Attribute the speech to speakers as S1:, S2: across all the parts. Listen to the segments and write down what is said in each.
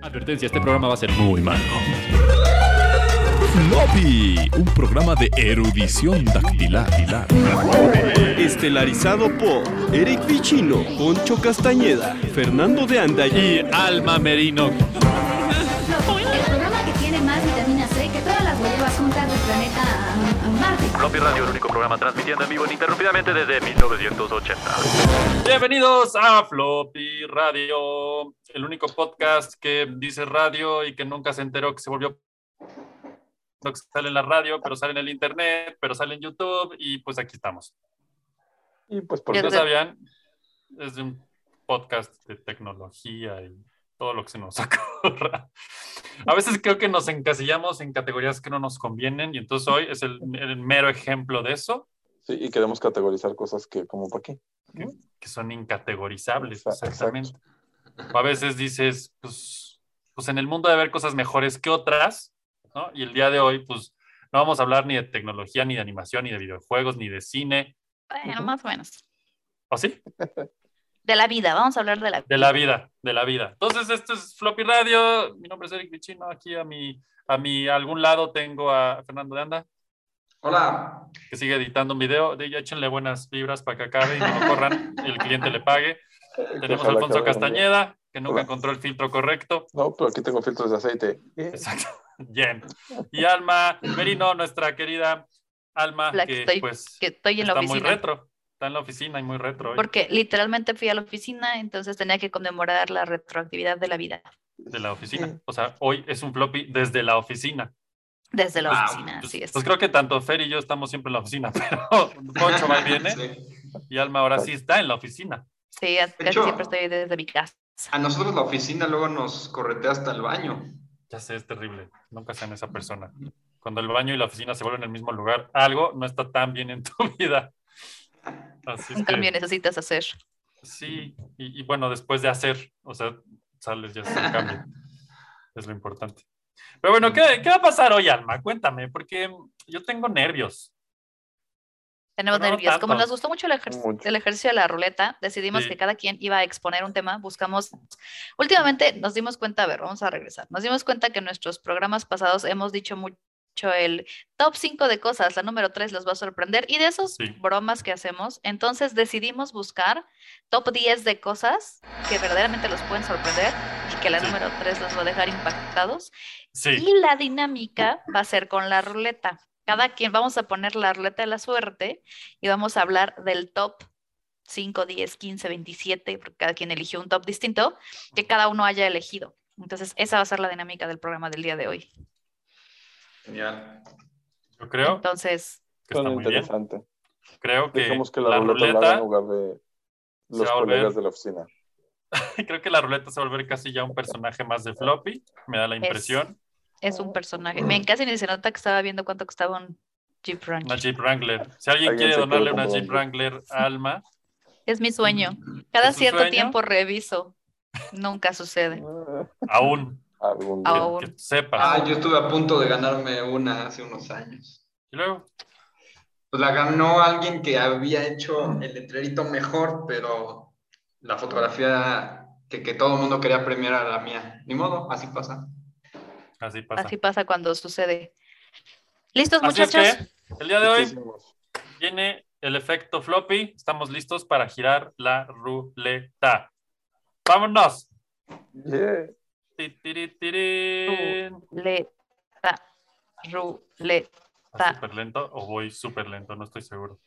S1: Advertencia, este programa va a ser muy malo.
S2: Floppy, un programa de erudición dactilar.
S3: Estelarizado por Eric Vichino, Concho Castañeda, Fernando de Anda y
S1: Y Alma Merino.
S4: El programa que tiene más vitamina C que todas las guayabas juntas del planeta a, a
S5: um,
S4: Marte.
S6: Floppy Radio, el único programa transmitiendo en vivo ininterrumpidamente desde 1980.
S1: Bienvenidos a Floppy Radio, el único podcast que dice radio y que nunca se enteró que se volvió. que Sale en la radio, pero sale en el internet, pero sale en YouTube y pues aquí estamos.
S7: Y pues por
S1: Porque no
S7: eso
S1: sabían, es un podcast de tecnología y todo lo que se nos ocurra. A veces creo que nos encasillamos en categorías que no nos convienen y entonces hoy es el- el mero ejemplo de eso.
S7: sí, y queremos categorizar cosas que como para qué.
S1: que son incategorizables,
S7: Exa-
S1: exactamente. O a veces dices, pues, pues en el mundo debe haber cosas mejores que otras, ¿no? Y el día de hoy, pues, no vamos a hablar ni de tecnología, ni de animación, ni de videojuegos, ni de cine,
S8: Bueno, más o menos.
S1: ¿o sí?
S8: De la vida, vamos a hablar de la
S1: De la vida, de la vida. Entonces, esto es Floppy Radio, mi nombre es Eric Vichino, aquí a mi, a mi a algún lado tengo a Fernando de Anda,
S9: Hola.
S1: que sigue editando un video, de, ya échenle buenas vibras para que acabe y no lo corran, y el cliente le pague. Tenemos a
S7: Ojalá
S1: Alfonso
S7: que hagan bien.
S1: Castañeda, que nunca
S7: Hola.
S1: encontró el filtro correcto.
S7: No, pero aquí tengo filtros de aceite. Eh,
S1: Exacto. Bien. Y Alma Merino, nuestra querida Alma,
S8: La que
S1: que
S8: estoy-
S1: pues
S8: que estoy en la
S1: está muy
S8: oficina.
S1: retro. Está en la oficina y muy retro. hoy,
S8: Porque literalmente fui a la oficina, entonces tenía que conmemorar la retroactividad de la vida
S1: de la oficina. O sea, hoy es un floppy desde la oficina.
S8: desde la
S9: Wow.
S8: oficina,
S1: Pues,
S8: así es.
S1: pues creo que tanto Fer y yo estamos siempre en la oficina, pero Poncho va y viene
S9: Sí.
S1: y Alma ahora sí está en la oficina.
S8: Sí, es- casi
S9: hecho-
S8: siempre estoy desde mi casa.
S9: A nosotros la oficina luego nos corretea hasta el baño.
S1: Ya sé, es terrible. Nunca sean esa persona. Cuando el baño y la oficina se vuelven el mismo lugar, algo no está tan bien en tu vida. Así es
S8: Un cambio
S1: que-
S8: necesitas hacer.
S1: Sí, y, y bueno, después de hacer, o sea, sales ya es el cambio. Es lo importante. Pero bueno, ¿qué, qué va a pasar hoy, Alma? Cuéntame, porque yo tengo nervios.
S8: Tenemos
S1: Pero no
S8: nervios. Como
S1: tantos.
S8: nos gustó mucho el, ejer-
S7: Mucho.
S8: el ejercicio de la ruleta, decidimos
S1: Sí.
S8: que cada quien iba a exponer un tema. Buscamos. Últimamente nos dimos cuenta, a ver, vamos a regresar. Nos dimos cuenta que en nuestros programas pasados hemos dicho mucho el top 5 de cosas, la número 3 los va a sorprender y de esos
S1: Sí.
S8: bromas que hacemos, entonces decidimos buscar top 10 de cosas que verdaderamente los pueden sorprender y que la
S1: Sí.
S8: número 3 los va a dejar impactados
S1: Sí,
S8: y la dinámica va a ser con la ruleta. Cada quien vamos a poner la ruleta de la suerte y vamos a hablar del top 5, 10, 15, 27, porque cada quien eligió un top distinto que cada uno haya elegido. Entonces, esa va a ser la dinámica del programa del día de hoy.
S9: Genial.
S1: yo creo
S8: Entonces,
S1: que está
S7: suena
S1: muy bien.
S7: interesante.
S1: Creo que
S7: Dejamos que
S1: la
S7: la haga
S1: ruleta,
S7: en lugar de los
S1: va a volver-
S7: colegas de la oficina.
S1: creo que la ruleta se va a volver casi ya un personaje más de floppy, me da la impresión.
S8: es un personaje. Me casi ni se nota que estaba viendo cuánto costaba un Jeep
S1: Una
S8: Ranch.
S1: Jeep Wrangler. Si alguien
S7: Alguien
S1: quiere
S7: se quedó
S1: donarle una
S7: como
S1: Jeep Wrangler a Alma,
S8: Es mi sueño. Cada
S1: ¿Es tu
S8: cierto
S1: sueño?
S8: tiempo reviso. Nunca sucede.
S7: Ah,
S1: aún,
S7: Algún día.
S8: Aún.
S1: que tú sepas.
S9: Ah, yo estuve a punto de ganarme una hace unos años.
S1: Y luego,
S9: Pues la ganó alguien que había hecho el letrerito mejor, pero la fotografía que, que todo el mundo quería premiar era la mía. Ni modo, así pasa.
S1: así pasa.
S8: Así pasa cuando sucede. ¿Listos,
S1: Así es
S8: muchachos?
S1: que el día de hoy
S7: Muchísimos.
S1: Viene el efecto floppy. Estamos listos para girar la ruleta. ¡Vámonos!
S7: Yeah.
S1: Ti, tiri,
S8: Uh.
S1: tirín.
S8: Ruleta. Ruleta.
S1: ¿Va súper lento o voy súper lento? No estoy seguro.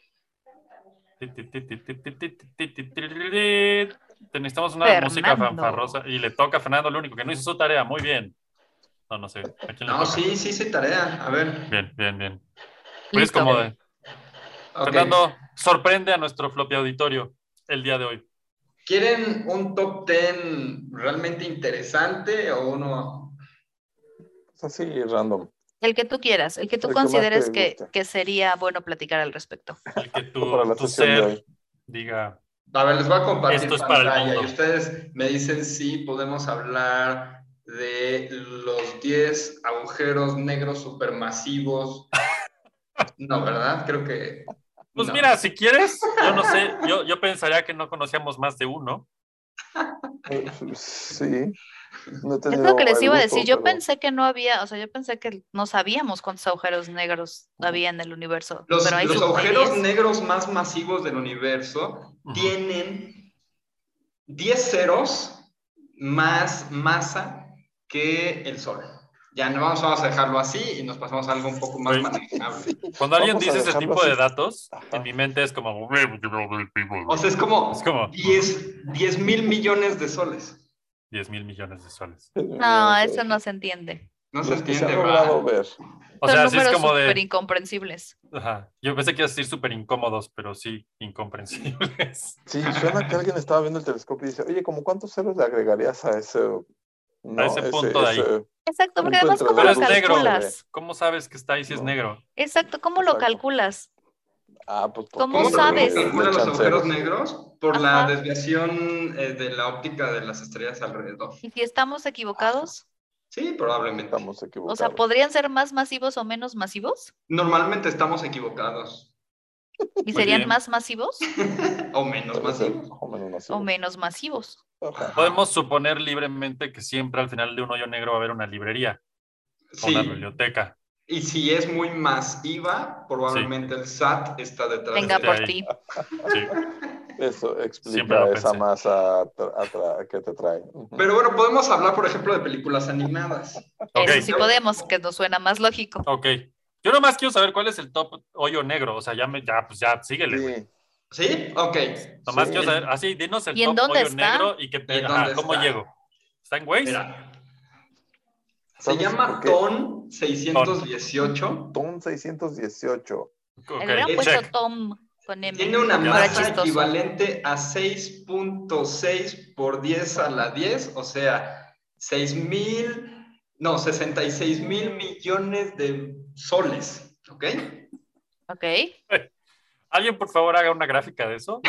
S1: Ti, ti, ti, ti, ti, ti, ti, ti, ti, ti, tirirín. Te Necesitamos una
S8: Fernando.
S1: música fanfarrosa y le toca a Fernando, lo único que no hizo su tarea. Muy bien. No, no sé. ¿A quién le
S9: No,
S1: toca?
S9: sí, sí, sí, tarea. A ver.
S1: Bien, bien, bien. Pues es
S8: Listo.
S1: como de-
S9: Ok.
S1: Fernando, sorprende a nuestro floppy auditorio el día de hoy.
S9: ¿Quieren un top 10 realmente interesante o uno
S7: Es así, random.
S8: El que tú quieras, el que tú
S7: El que más te
S8: consideres que,
S7: guste.
S8: que sería bueno platicar al respecto.
S1: El que tu,
S7: para la
S1: tu
S7: sesión de
S1: ser
S7: hoy.
S1: diga.
S9: A ver, les voy a compartir
S1: Esto es para el
S9: pantalla
S1: mundo.
S9: y ustedes me dicen si podemos hablar de los 10 agujeros negros supermasivos. No, ¿verdad? Creo que...
S1: Pues
S9: no.
S1: mira, si quieres, yo no sé, yo, yo pensaría que no conocíamos más de uno.
S7: Eh, Sí. No he
S8: Es
S7: tenido
S8: lo que les
S7: el
S8: iba a
S7: gusto,
S8: decir. Yo
S7: pero-
S8: pensé que no había, o sea, yo pensé que no sabíamos cuántos agujeros negros había en el universo.
S9: Los,
S8: pero hay
S9: los
S8: subseries.
S9: agujeros negros más masivos del universo
S1: Ujú.
S9: tienen 10 ceros más masa que el Sol. Ya no vamos, vamos a dejarlo así y nos pasamos a algo un poco más
S1: Güey.
S9: manejable.
S1: Cuando alguien
S7: Vamos a
S1: dice ese
S7: dejarlo
S1: tipo de
S7: así.
S1: datos,
S7: Ajá.
S1: en mi mente es como.
S9: O sea, es como,
S1: Es como-
S9: 10, 10 mil millones de soles.
S1: 10 mil millones de soles.
S7: Ah,
S8: No, eso no se entiende.
S9: No se
S7: Los que se
S9: entiende,
S7: han
S9: va.
S7: logrado ver.
S1: O
S8: Son
S1: sea, sí es
S8: números
S1: como
S8: súper
S1: de.
S8: incomprensibles.
S1: Ajá. Yo pensé que ibas a decir súper incómodos, pero sí incomprensibles.
S7: Sí, suena que alguien estaba viendo el telescopio y dice, oye, ¿como cuántos ceros le agregarías a ese, no,
S1: ese punto de ahí.
S7: ese-
S8: Exacto,
S7: Punto
S8: porque además,
S7: entre
S8: ¿cómo
S1: Pero
S8: lo
S1: es negro.
S8: calculas?
S1: ¿Cómo sabes que está ahí si es
S7: No.
S1: negro?
S8: Exacto, ¿cómo lo
S7: Exacto.
S8: calculas?
S7: Ah, pues, ¿por
S8: ¿Cómo
S7: qué?
S9: ¿Cómo
S7: Le-
S8: sabes?
S7: le
S9: calculan los
S7: echan
S9: agujeros
S7: ceros.
S9: negros? Por la
S8: Ajá.
S9: desviación eh, de la óptica de las estrellas alrededor.
S8: ¿Y si estamos equivocados?
S7: Ah,
S9: Sí, probablemente.
S7: Estamos
S8: O
S7: equivocados.
S8: sea, ¿podrían ser más masivos o menos masivos?
S9: Normalmente estamos equivocados.
S1: Muy
S8: ¿Y serían
S1: bien.
S8: más masivos
S9: O menos
S7: Debe ser
S9: masivos.
S7: más o menos así.
S8: o menos masivos?
S7: Ajá.
S1: Podemos suponer libremente que siempre al final de un hoyo negro va a haber una librería o
S9: Sí.
S1: una biblioteca.
S9: Y si es muy masiva, probablemente el SAT está detrás
S8: Venga pues.
S9: de
S1: Este,
S8: por
S1: ahí.
S8: ti.
S1: Sí.
S7: Eso
S1: Siempre lo
S7: explica esa
S1: pensé.
S7: masa atra- atra- que te trae. Ujú.
S9: Pero bueno, podemos hablar, por ejemplo, de películas animadas.
S1: Ok.
S8: Eso sí podemos, que nos suena más lógico.
S1: Ok. Yo nomás quiero saber cuál es el top hoyo negro. O sea, ya, me, ya, pues ya, síguele. güey.
S7: Sí,
S9: ¿Sí? Ok.
S1: Nomás
S7: Sí.
S1: quiero saber, así, dinos el
S8: ¿Y
S1: top
S8: en dónde
S1: hoyo
S8: está?
S1: negro y que,
S9: ¿En
S1: ajá,
S9: dónde
S1: cómo
S9: está?
S1: llego. ¿Está en Waze?
S9: Mira. Se
S7: ¿Sabes por
S9: llama
S7: qué?
S9: TON 618.
S7: Tom 618.
S1: Ok,
S8: Le hubieran puesto
S1: check.
S8: Tom con M.
S9: Tiene una
S1: Ya.
S8: Fuera
S9: masa
S8: Em, chistoso.
S9: equivalente a 6.6 por 10 a la 10, o sea, 6 mil, no, 66 mil millones de soles, ¿ok?
S8: Ok.
S1: Alguien, por favor, haga una gráfica de eso.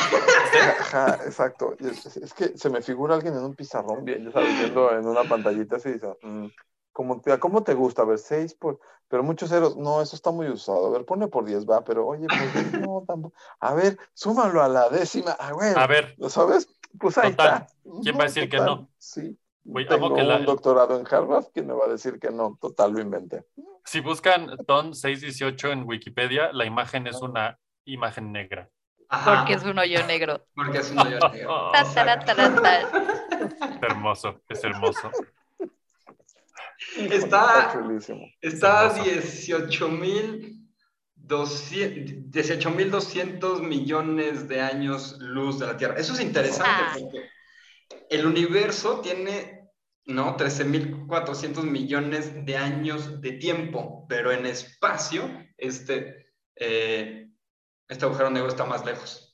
S7: Ajá, exacto. Y Es, es que se me figura alguien en un pizarrón, bien, ya sabes, viendo en una pantallita así, dice, mm, ¿cómo, te, ¿cómo te gusta? A ver, 6 por... Pero muchos ceros, no, eso está muy usado. A ver, pone por 10, va, pero oye, por 10, no, tampoco. A ver, súmalo a la décima. Ah, A ver,
S1: A ver,
S7: ¿lo sabes? Pues ahí
S1: Total,
S7: está.
S1: ¿quién va a decir que
S7: total,
S1: no?
S7: Sí.
S1: Güey, amo
S7: Tengo
S1: que la-
S7: un doctorado en Harvard, ¿quién me va a decir que no? Total, lo inventé.
S1: si buscan TON 618 en Wikipedia, la imagen es una imagen negra.
S9: Ajá,
S8: Porque es un hoyo negro.
S9: porque es un hoyo negro.
S1: Ah,
S8: Ta, ta, ta, ta, ta.
S1: Es hermoso, es hermoso.
S7: Está
S9: Está,
S7: chulísimo.
S9: está
S1: hermoso.
S9: 18 mil 18.200 millones de años luz de la Tierra. Eso es interesante
S8: Ah.
S9: porque el universo tiene, ¿no? 13.400 millones de años de tiempo, pero en espacio, este, eh, este agujero negro está más lejos.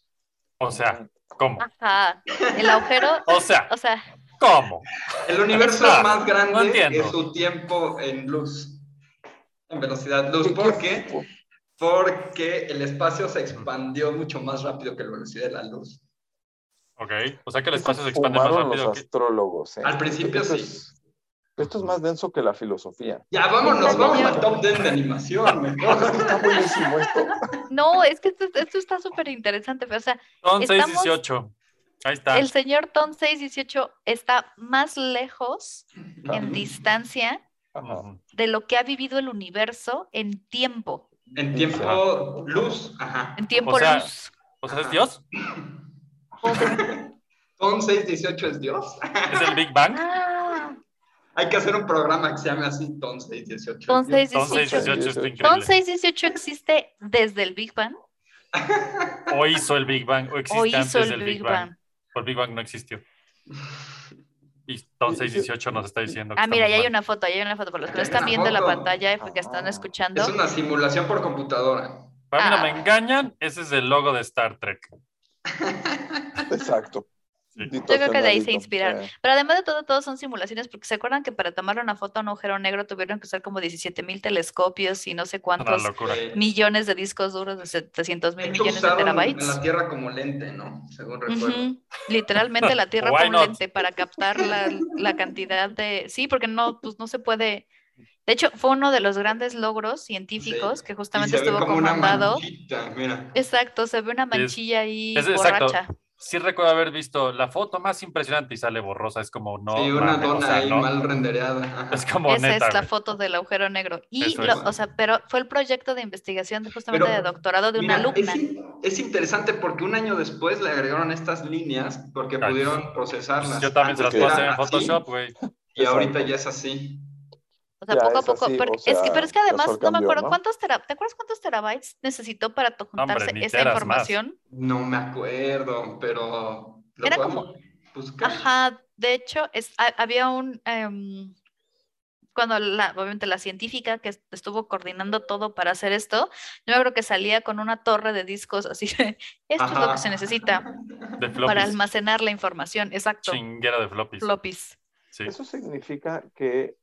S1: O sea, ¿cómo?
S8: Ajá. El agujero,
S1: O sea,
S8: o sea,
S1: ¿cómo?
S9: El universo es
S1: Ah,
S9: más
S1: no
S9: grande que
S1: entiendo.
S9: su tiempo en luz, en velocidad luz,
S7: ¿Qué- qué-
S9: porque... Porque el espacio se expandió mucho más rápido que la velocidad de la luz.
S1: Ok, o sea que el espacio se expande más
S7: fumaron
S1: rápido
S7: los
S1: que...
S7: astrólogos. ¿eh?
S9: Al principio
S7: Esto
S9: sí.
S7: es- esto es más denso que la filosofía.
S9: Ya, vámonos,
S8: Exacto.
S9: vamos al top 10 de animación, mejor.
S7: Está buenísimo esto.
S8: no, es que esto, esto está súper interesante. pero, O sea,
S1: TON
S8: Estamos-
S1: 618. Ahí está.
S8: el señor Tom 618 está más lejos en
S9: Ujú.
S8: distancia
S7: Ajá.
S1: Ujú.
S8: de lo que ha vivido el universo en tiempo,
S9: En tiempo luz, ajá.
S8: en tiempo
S1: O sea-
S8: luz.
S1: O sea, ¿es Dios?
S9: Son 618 es Dios.
S1: ¿Es el Big Bang?
S8: Ah,
S9: Hay que hacer un programa que se llame así, Ton 618. es
S8: Tom
S9: Dios.
S1: TON
S8: 618.
S1: 618 está
S8: Tom
S1: increíble.
S8: 618 existe desde el Big Bang
S1: O hizo el Big Bang, o
S8: o
S1: existe antes
S8: hizo el
S1: del
S8: Big Bang.
S1: O el Big Bang no existió. Y TON 618 nos está diciendo que
S8: Ah, mira,
S1: estamos
S8: ya hay
S1: mal.
S8: una foto, ya hay una foto. Para los que no
S9: Hay
S8: están
S9: una
S8: viendo la
S9: foto.
S8: pantalla, porque están
S7: Ah,
S8: escuchando.
S9: Es una simulación por computadora.
S1: Para mí no
S8: Ah.
S1: me engañan, ese es el logo de Star Trek.
S7: Exacto.
S1: Sí.
S7: Dito
S8: Yo creo que de ahí
S7: Senadito.
S8: se inspiraron.
S7: Eh,
S8: Pero además de todo, todos son simulaciones, porque se acuerdan que para tomar una foto a un agujero negro tuvieron que usar como 17 mil telescopios y no sé
S1: Una
S8: cuántos
S1: locura.
S9: Eh,
S8: millones de discos duros de 700
S9: de
S8: mil
S9: hecho,
S8: millones de
S9: usaron a
S8: terabytes.
S9: la Tierra como lente, ¿no? Según
S8: Ujú.
S9: recuerdo.
S8: Literalmente la Tierra
S1: Why
S8: fue un
S1: not?
S8: lente para captar la, la cantidad de... Sí, porque no, pues no se puede... De hecho, fue uno de los grandes logros científicos que
S9: y
S8: justamente
S9: se ve
S8: estuvo
S9: como una
S8: comandado.
S9: manchita, mira.
S8: Exacto, se ve una manchilla ahí
S1: es- exacto.
S8: borracha.
S1: sí recuerdo haber visto la foto más impresionante y sale borrosa. Es como, no.
S9: sí, una
S1: mames, o
S9: dona
S1: sea,
S9: ahí
S1: no.
S9: mal rendereada. ajá.
S1: Es como
S8: Esa
S1: neta.
S8: es la
S1: güey.
S8: foto del agujero negro. Y,
S1: Eso
S8: lo-
S9: es.
S8: o sea, pero fue el proyecto de investigación de- justamente
S9: Pero,
S8: de doctorado de una
S9: Mira,
S8: alumna.
S9: Es, in- es interesante porque un año después le agregaron estas líneas porque
S1: Ay.
S9: pudieron procesarlas.
S1: Pues Yo también se las
S9: Antes
S1: puedo
S9: era
S1: hacer en
S9: así
S1: Photoshop, güey.
S9: Y ahorita ya es así.
S8: O sea,
S7: Ya
S8: poco a
S7: es
S8: poco.
S7: así,
S8: pero,
S7: o
S8: es que,
S7: sea,
S8: pero es que
S7: ya
S8: además,
S7: solo
S8: no me
S7: cambió,
S8: acuerdo
S7: ¿no?
S8: cuántos tera- ¿Te acuerdas cuántos terabytes necesitó para to- juntarse
S1: ni
S8: esa
S1: teras más.
S8: información?
S9: No me acuerdo, pero. lo
S8: Era
S9: podemos buscar.
S8: Ajá, de hecho, es, ha- había un... em, cuando la, obviamente la científica que est- estuvo coordinando todo para hacer esto, yo creo que salía con una torre de discos, así que esto es lo
S9: Ajá.
S8: que se necesita
S1: De
S8: para
S1: floppies.
S8: almacenar la información, exacto,
S1: Chinguera de floppies.
S8: floppies.
S1: Sí.
S7: Eso significa que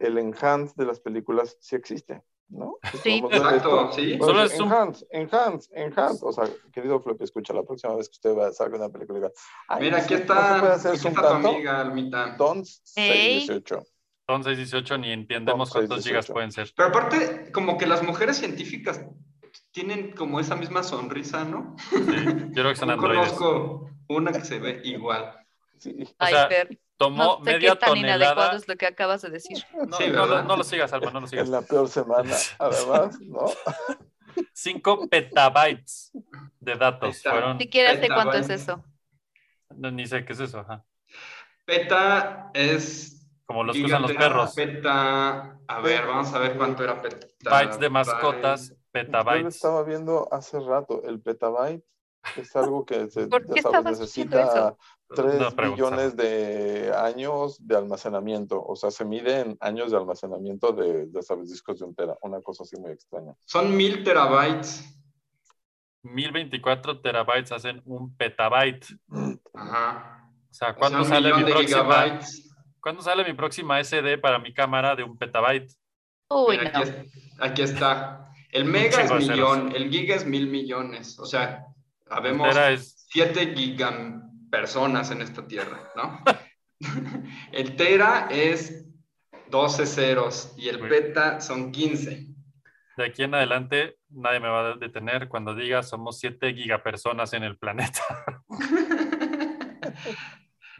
S7: el enhance de las películas sí existe, ¿no?
S8: Sí.
S7: Como todo
S9: Exacto,
S7: esto.
S9: sí.
S1: Solo
S7: Solo
S1: es un-
S7: Enhance, enhance, enhance. O sea, querido Floppy, escucha, la próxima vez que usted va a sacar una película, diga, "Ay,
S9: Mira,
S7: no
S9: aquí
S7: se- No
S9: está,
S7: se puede hacer
S9: aquí
S7: zoom
S9: está tu
S7: tanto.
S9: amiga, Almita.
S7: Entonces,
S8: Ey.
S7: 618.
S1: Son 618, ni entendemos
S7: Son
S1: cuántos gigas
S7: 618.
S1: pueden ser.
S9: Pero aparte, como que las mujeres científicas tienen como esa misma sonrisa, ¿no?
S1: Sí, Yo creo que son
S9: Yo
S1: androides.
S9: conozco una que se ve igual.
S7: Sí.
S1: O
S8: Ay,
S1: sea,
S8: Fer,
S1: Tomó
S8: no sé qué
S1: media
S8: tan inadecuado
S1: tonelada.
S8: es lo que acabas de decir.
S1: No,
S9: Sí,
S1: no, no,
S9: ¿verdad?
S1: no lo sigas, Alma, no lo sigas.
S7: En la peor semana, además, ¿no?
S1: 5 petabytes de
S9: Ahí
S1: datos
S9: está.
S1: fueron.
S8: Si quieres, sé cuánto es
S9: Petabyte.
S8: eso.
S1: no, ni sé qué es eso, ajá.
S9: Peta es.
S1: Como los que usan los
S9: gigante,
S1: perros.
S9: Peta. A ver, vamos a ver cuánto era peta.
S1: Bytes de mascotas,
S7: Yo lo
S1: petabytes.
S7: estaba viendo hace rato. El petabyte es algo que se,
S8: ¿Por qué
S7: ya sabes,
S8: estabas diciendo
S7: necesita
S8: eso?
S7: 3
S1: No preguntes,
S7: billones de años de almacenamiento. O sea, se mide en años de almacenamiento de, ya sabes, discos de un tera. Una cosa así muy extraña.
S9: Son mil terabytes.
S1: 1024 terabytes hacen un petabyte.
S9: Ajá.
S1: O sea,
S9: O sea,
S1: ¿cuándo
S9: un
S1: sale mi
S9: millón de
S1: próxima?
S9: gigabytes.
S1: ¿Cuándo sale mi próxima SD para mi cámara de un petabyte?
S8: Uy,
S9: Mira,
S8: no.
S9: aquí, es- aquí está. El mega es
S1: Chingo de ceros.
S9: millón, el giga es mil millones. O sea, habemos
S1: Entera es
S9: 7 gigan personas en esta tierra, ¿no? el tera es 12 ceros y el
S1: Güey.
S9: peta son 15.
S1: de aquí en adelante, nadie me va a detener cuando diga somos 7 gigapersonas en el planeta.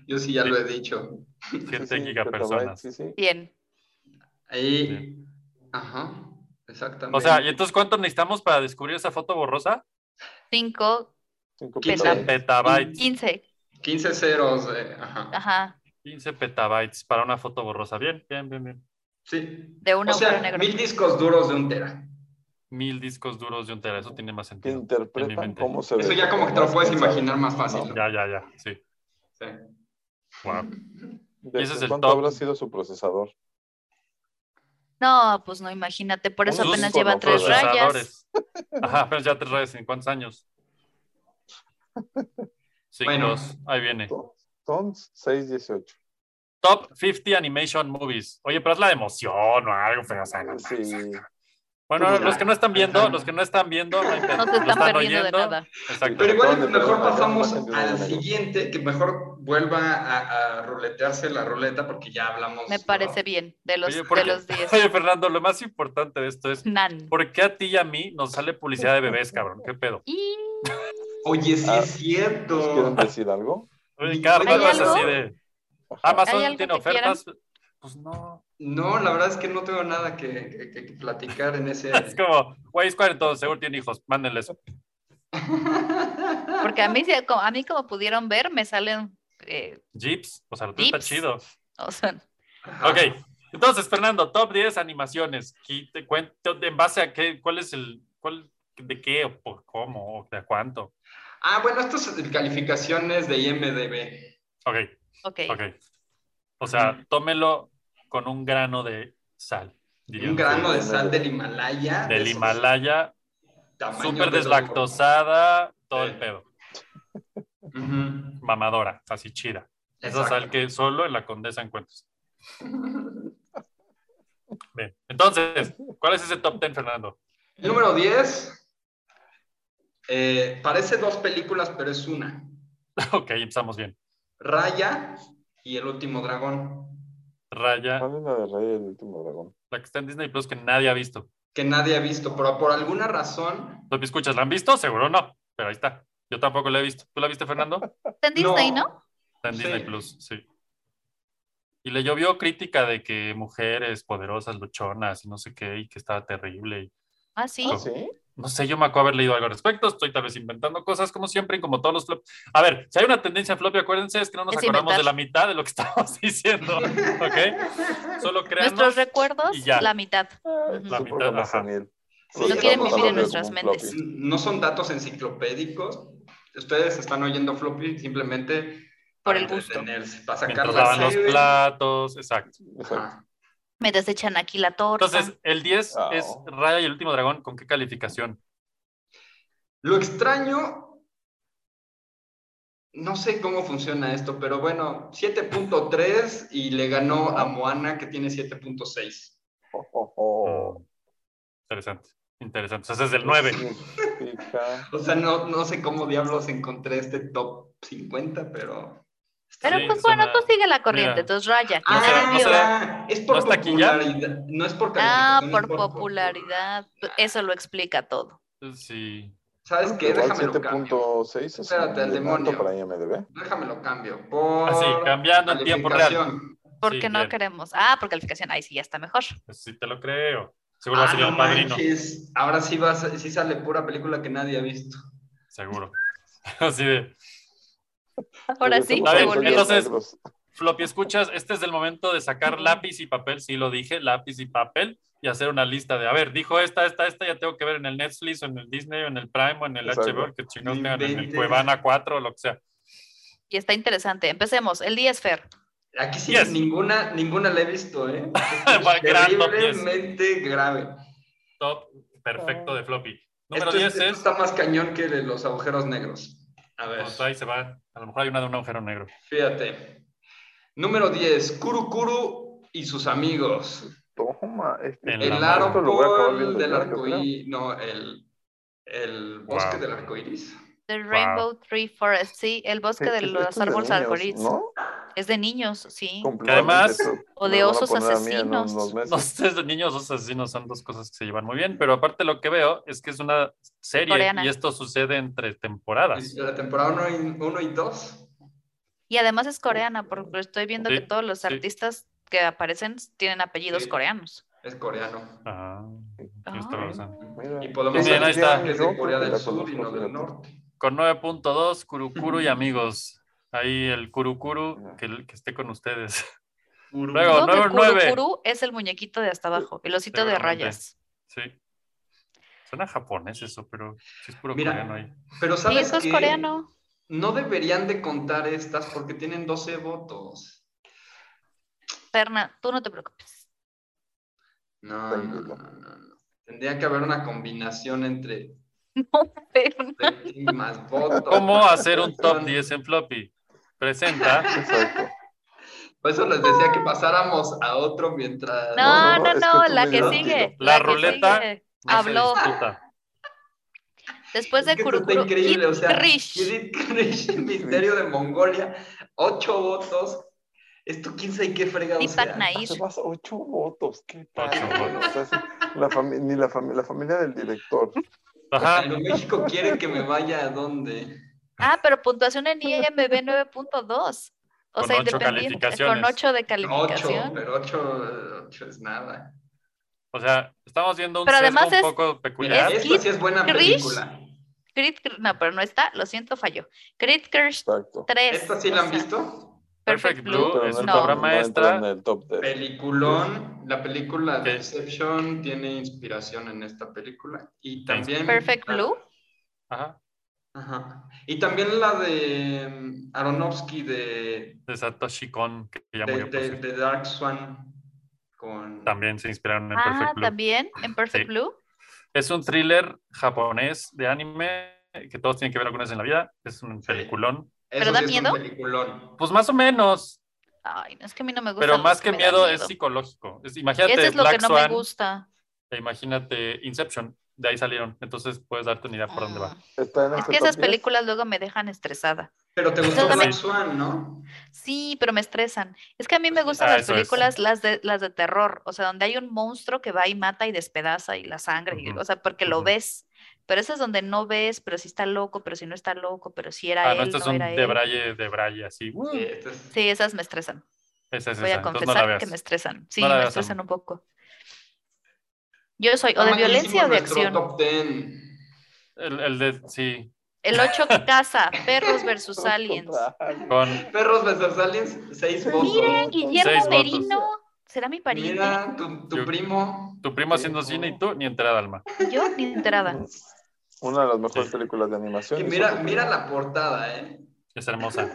S9: Yo sí ya lo he dicho.
S1: 7
S7: Sí, sí, petabyte,
S1: gigapersonas.
S7: Sí, sí.
S8: Bien.
S9: Ahí. Ajá. Exactamente.
S1: O sea, ¿y entonces cuánto necesitamos para descubrir esa foto borrosa?
S8: 5,
S7: Cinco
S9: Quince.
S7: petabytes.
S1: Petabytes.
S8: 15.
S9: 15 ceros. eh, ajá.
S8: Ajá.
S1: 15 petabytes para una foto borrosa. Bien, bien, bien, bien.
S9: Sí.
S8: De un
S9: O sea,
S8: agujero negro.
S9: mil discos duros de un tera.
S1: Mil discos duros de un tera. Eso tiene más
S7: que
S1: sentido. En mi
S7: interpretan
S1: mente.
S7: cómo se ve.
S9: Eso ya como que te lo
S7: Más
S9: puedes
S7: pensado,
S9: imaginar más
S7: ¿no?
S9: fácil.
S1: Ya, ya, ya. Sí.
S9: Sí.
S1: Wow.
S7: ¿De
S1: Ese es el
S7: ¿Cuánto
S1: top.
S7: habrá sido su procesador?
S8: No, pues no, imagínate. Por eso
S7: Un
S8: apenas
S7: disco,
S8: lleva
S7: no,
S8: tres rayas.
S1: Procesadores. Ajá, apenas ya tres rayas. ¿En cuántos años? Sí,
S9: Bueno.
S1: dos. Ahí viene.
S7: Son 618.
S1: Top 50 Animation Movies. Oye, pero es la de emoción o algo, pero o sea, Ah, no.
S7: Sí.
S1: Bueno,
S9: Pues ya.
S1: los que no están viendo,
S9: Ajá.
S1: los que no están viendo, no, importa.
S8: No
S1: Lo
S8: se están perdiendo de nada.
S1: Exacto.
S9: Pero igual
S7: Perdón,
S9: mejor
S7: perdón,
S9: pasamos
S7: perdón, perdón,
S9: al
S7: perdón.
S9: siguiente, que mejor vuelva a, a ruletearse la ruleta porque ya hablamos.
S8: Me
S9: ¿no?
S8: parece bien. De los,
S1: Oye, ¿por
S8: de
S1: qué?
S8: los 10.
S1: Oye, Fernando, lo más importante de esto es
S8: Nan.
S1: ¿Por qué a ti y a mí nos sale publicidad de bebés, cabrón? ¿Qué pedo?
S8: Y
S9: Oye, sí
S7: Ah,
S9: es
S7: ¿Nos quieren
S9: cierto.
S7: decir algo?
S1: Oye, Cada
S9: ¿Hay
S1: rato es
S8: algo?
S1: así de.
S7: Ajá.
S8: ¿Hay
S1: Amazon
S8: algo
S1: tiene
S8: que
S1: ofertas. Pues no.
S9: No, la verdad es que no tengo nada que, que- que- que platicar en ese.
S1: Es como, güey, es cuarentón, seguro tiene hijos, mándenles.
S8: porque a mí, se- co- a mí, como pudieron ver, me salen. eh,
S1: Jeeps, o sea, tú está
S8: Jeeps. Ah.
S1: chido.
S8: o sea,
S9: Ajá.
S1: Ok, entonces, Fernando, top 10 animaciones. ¿Qui- te cuento ¿En base a qué? ¿Cuál es el. Cuál, ¿De qué? ¿O por cómo? ¿O de cuánto?
S9: Ah, bueno, estas calificaciones de IMDB.
S1: Ok,
S8: ok.
S1: ok. O sea, tómelo con un grano de sal. diría
S9: Un
S1: yo.
S9: grano de sal del Himalaya. de
S1: Del
S9: esos
S1: Himalaya,
S9: tamaños
S1: súper
S9: de los-
S1: deslactosada, todo
S9: Sí.
S1: el pedo.
S9: Ujú,
S1: mamadora, así chida. Esa
S9: exacto.
S1: sal que solo en la condesa encuentras. Bien. Entonces, ¿cuál es ese top 10, Fernando?
S9: El número 10. eh, parece dos películas, pero es una.
S1: ok, empezamos bien.
S9: Raya y el último dragón.
S1: Raya,
S7: ¿Cuál es la de Rey del último dragón?
S1: la que está en Disney Plus que nadie ha visto.
S9: que nadie ha visto, pero por alguna razón,
S1: ¿Los escuchas? ¿La han visto? Seguro no, pero ahí está. Yo tampoco la he visto. ¿Tú la viste, Fernando?
S8: Está en Disney, ¿no?
S1: Está en
S9: Sí.
S1: Disney Plus, sí. Y le llovió crítica de que mujeres poderosas, luchonas y no sé qué, y que estaba terrible. y-
S8: Ah, sí.
S7: ¿Ah, sí?
S1: No sé, yo me acuerdo haber leído algo al respecto. Estoy tal vez inventando cosas como siempre, y como todos los flops. A ver, si hay una tendencia floppy, acuérdense, es que no nos
S8: Es
S1: acordamos
S8: inventar.
S1: de la mitad de lo que estamos diciendo. ¿Ok? Solo crean.
S8: Nuestros recuerdos,
S1: y ya.
S8: la mitad.
S7: Es
S1: La
S7: un
S1: mitad,
S7: programa
S1: ajá.
S7: senil.
S9: Sí,
S7: Lo
S9: no
S7: que
S9: quieren
S7: estamos
S9: vivir
S7: hablando
S9: en
S7: es
S8: nuestras
S7: como un floppy.
S8: mentes.
S9: No son datos enciclopédicos. Ustedes están oyendo floppy simplemente
S8: Por
S9: para
S8: el gusto.
S9: entretenerse, para sacar
S1: Mientras
S9: la
S1: lavan los
S9: sed.
S1: platos, exacto.
S7: Exacto.
S9: Ajá.
S8: Me desechan aquí la torta.
S1: Entonces, el 10
S7: Ah.
S1: es
S9: Oh.
S1: Raya y el último dragón. ¿Con qué calificación?
S9: Lo extraño, no sé cómo funciona esto, pero bueno, 7.3 y le ganó a Moana que tiene 7.6.
S7: Oh, oh, oh.
S1: Interesante, interesante. Entonces, es Mm, el
S9: Pues
S1: 9.
S7: Significa-
S9: O sea, no, no sé cómo diablos encontré este top 50, pero...
S8: Pero
S1: Sí,
S8: pues
S1: es
S8: bueno,
S1: una-
S8: tú sigue la corriente,
S1: mira.
S8: entonces raya.
S1: No será-
S9: ah,
S1: no será-
S9: es por
S1: no está aquí ya.
S9: popularidad. No es por
S8: Ah,
S9: calificación, es
S8: por
S9: popularidad.
S8: popularidad. Eso lo explica todo.
S1: Sí.
S9: ¿Sabes qué?
S7: Igual
S9: Déjame lo cambio.
S7: 7.6 es
S9: Espérate, al
S7: un alto
S9: demonio.
S7: para IMDb.
S9: Déjamelo cambio. Por
S1: Así, cambiando en tiempo real.
S9: calificación.
S8: Porque
S1: Sí,
S8: no
S1: bien.
S8: queremos. Ah, por calificación. Ahí sí ya está mejor.
S1: Pues sí, te lo creo. Seguro va a
S9: Ah,
S1: salir
S9: no
S1: el padrino.
S9: manches. Ahora sí, va, a sa- sí sale pura película que nadie ha visto.
S1: Seguro. Así de.
S8: Ahora
S7: Porque
S8: sí,
S1: Está
S7: somos
S8: se
S1: bien,
S8: volvió.
S7: negros.
S1: entonces- Floppy, escuchas, este es el momento de sacar lápiz y papel, sí lo dije, lápiz y papel, y hacer una lista de, a ver, dijo esta, esta, esta, ya tengo que ver en el Netflix o en el Disney o en el Prime o en el
S7: Exacto.
S1: HBO, que chingados
S9: No
S1: tengan en el
S9: inventes.
S1: Cuevana 4 o lo que sea.
S8: Y está interesante. Empecemos. El 10, Fer.
S9: Aquí sí
S1: Yes.
S9: ninguna, ninguna la he visto, ¿eh?
S1: Va, gran top diez.
S9: Terriblemente grave.
S1: Top
S8: Ah.
S1: perfecto de Floppy. Número
S9: Esto,
S1: 10
S9: es- esto
S1: es...
S9: está más cañón que de los agujeros negros. A ver,
S1: Pues ahí se va, a lo mejor hay una de un agujero negro.
S9: fíjate. Número 10, Kuru Kuru y sus amigos.
S7: Toma, este
S1: En
S9: El
S1: la madre.
S9: árbol
S7: Lo voy a acabar viendo
S9: del
S7: yo, yo creo.
S9: arcoíris. No, el, el bosque
S1: Wow.
S9: del arcoíris.
S8: The Rainbow Tree Forest. Sí, el bosque de
S7: este-
S8: los
S7: este es de
S8: árboles
S7: niños,
S8: arcoíris.
S7: ¿no?
S8: Es de niños, sí.
S7: Completamente,
S1: Que además-
S7: esto
S8: O
S7: me
S8: de
S7: lo van a
S8: osos
S7: poner a mí en
S8: asesinos.
S7: unos meses.
S1: Los tres de niños o asesinos son dos cosas que se llevan muy bien, pero aparte lo que veo es que es una serie
S8: Coreana.
S1: y esto sucede entre temporadas.
S9: De la temporada 1 y 2.
S8: Y además es coreana, porque estoy viendo que
S1: Sí,
S8: todos los
S1: sí.
S8: artistas que aparecen tienen apellidos
S9: Sí.
S8: coreanos.
S9: Es coreano.
S1: Ah, tienes toda la razón.
S7: Mira,
S9: Y podemos
S1: Sí, bien, ahí
S9: decir
S1: está.
S9: que es
S7: Yo
S9: de
S7: creo
S9: Corea
S7: que
S9: del
S7: la
S9: Sur y
S7: conozco,
S9: no del
S7: fíjate.
S9: Norte.
S1: con 9.2, Curukuru y amigos. Ahí el Curukuru, que, el- que esté con ustedes. Luego,
S8: No, pero
S1: número 9.
S8: Kurukuru es el muñequito de hasta abajo, el osito de
S1: Seguramente.
S8: rayas.
S1: Sí. Suena japonés eso, pero sí es puro
S9: Mira,
S1: coreano ahí.
S9: Pero
S8: Y
S9: sabes
S8: eso es
S9: qué?
S8: coreano.
S9: no deberían de contar estas porque tienen 12 votos.
S8: Ferna, tú no te preocupes.
S9: No, no, no, no, no. Tendría que haber una combinación entre
S8: No, Ferna.
S9: rating más votos.
S1: ¿Cómo hacer un top 10 en floppy? Presenta.
S7: Exacto.
S9: Por eso les decía que pasáramos a otro mientras...
S7: No,
S8: No,
S7: no,
S8: no,
S7: es que
S8: no,
S7: tú
S8: la
S7: me
S8: que
S7: dirás,
S8: sigue.
S1: La
S8: que
S1: ruleta.
S8: sigue.
S1: no se
S8: Habló.
S1: disputa.
S8: Después de
S9: Es que esto está
S8: Kurukuru,
S9: increíble,
S8: Kid
S9: o sea,
S8: Rish.
S9: Kid Rish, el misterio de Mongolia, ocho votos. Esto quién sabe qué fregado
S8: Deepak
S9: sea.
S8: Nair.
S7: Llevas ocho votos, qué
S1: Ocho
S7: padre. O sea, sí, la fami- ni la, fami- la familia del director.
S1: Ajá.
S9: Pero México quiere que me vaya a dónde.
S8: Ah, pero puntuación en IMB 9.2. O
S1: Con
S8: sea,
S1: ocho
S8: independiente. Con
S1: calificaciones.
S8: 8 de
S9: Ocho,
S8: calificación.
S9: pero ocho, ocho es nada.
S1: O sea, estamos viendo un
S8: Pero
S1: sesgo
S8: además
S1: un
S8: es-
S1: poco
S9: Mira,
S1: peculiar.
S8: Es
S9: esto sí es buena
S8: Rish.
S9: película.
S8: Crit, Cr- no, pero no está, lo siento, falló. Crit Crush
S7: Exacto.
S8: 3.
S9: ¿Esta sí
S8: o
S9: la han
S8: sea,
S9: visto?
S1: Perfect
S8: Perfect Blue.
S1: Blue es
S8: No.
S1: una
S7: entra-
S1: obra
S7: entra
S1: maestra.
S7: En el top 10.
S9: Peliculón, la película
S1: ¿Qué?
S9: de Inception tiene inspiración en esta película. Y también...
S8: Perfect Blue.
S1: Ajá.
S9: Ajá. Y también la de mm, Aronofsky de
S1: De Satoshi Kon, que ya
S9: de,
S1: murió. por
S9: de-
S1: cierto.
S9: de Dark Swan con
S1: También se inspiraron en
S8: Ah,
S1: Perfect Blue.
S8: también en Perfect
S1: Sí.
S8: Blue.
S1: Es un thriller japonés de anime que todos tienen que ver alguna vez en la vida. Es un peliculón.
S9: Eso
S8: ¿Pero da
S9: sí es un
S8: miedo?
S9: peliculón.
S1: Pues más o menos,
S8: Ay, no, es que a mí no me gusta.
S1: pero más que miedo, es psicológico. Es- imagínate
S8: Eso es lo
S1: Black
S8: que no
S1: Swan,
S8: me gusta.
S1: e imagínate Inception, de ahí salieron. Entonces puedes darte una idea por dónde va.
S8: Mm.
S7: Está en
S8: Es
S7: este
S8: que esas
S7: top 10.
S8: películas luego me dejan estresada.
S9: Pero te gustó
S8: también-
S9: Black Swan, ¿no?
S8: Sí, pero me estresan. Es que a mí me gustan
S1: Ah,
S8: las
S1: eso es.
S8: películas, las de, las de terror, o sea, donde hay un monstruo que va y mata y despedaza y la sangre, y-
S1: Ujú,
S8: o sea, porque lo
S1: ujú.
S8: ves. Pero esas donde no ves, pero si está loco, pero si no está loco, pero si era
S1: Ah,
S8: él,
S1: no, estas
S8: no
S1: son
S8: era
S1: de
S8: él.
S1: Braille, de Braille, así.
S8: Mm.
S1: Uh,
S9: Sí, este es-
S8: Sí, esas me estresan.
S1: esa es
S8: Voy
S1: esa,
S8: a
S1: entonces no la
S8: confesar que
S1: veas.
S8: me estresan. Sí,
S1: la
S8: me
S1: veas,
S8: estresan
S1: Sam.
S8: un poco. Yo soy o
S9: Ah,
S8: de
S9: ya hicimos
S8: violencia o de
S9: nuestro
S8: acción.
S9: top 10.
S1: El, el de, sí,
S8: El 8 casa, perros versus aliens.
S1: con
S9: Perros versus aliens, seis votos.
S8: Mira, Guillermo
S1: votos.
S8: Merino, será mi pariente.
S9: Mira, tu, tu
S1: Yo-
S9: primo.
S1: tu primo haciendo cine y tú ni entrada, Alma.
S8: Yo ni enterada.
S7: Una de las mejores
S1: Sí.
S7: películas de animación.
S9: Y
S7: es
S9: mira,
S7: otra.
S9: mira la portada, ¿eh?
S1: Es hermosa.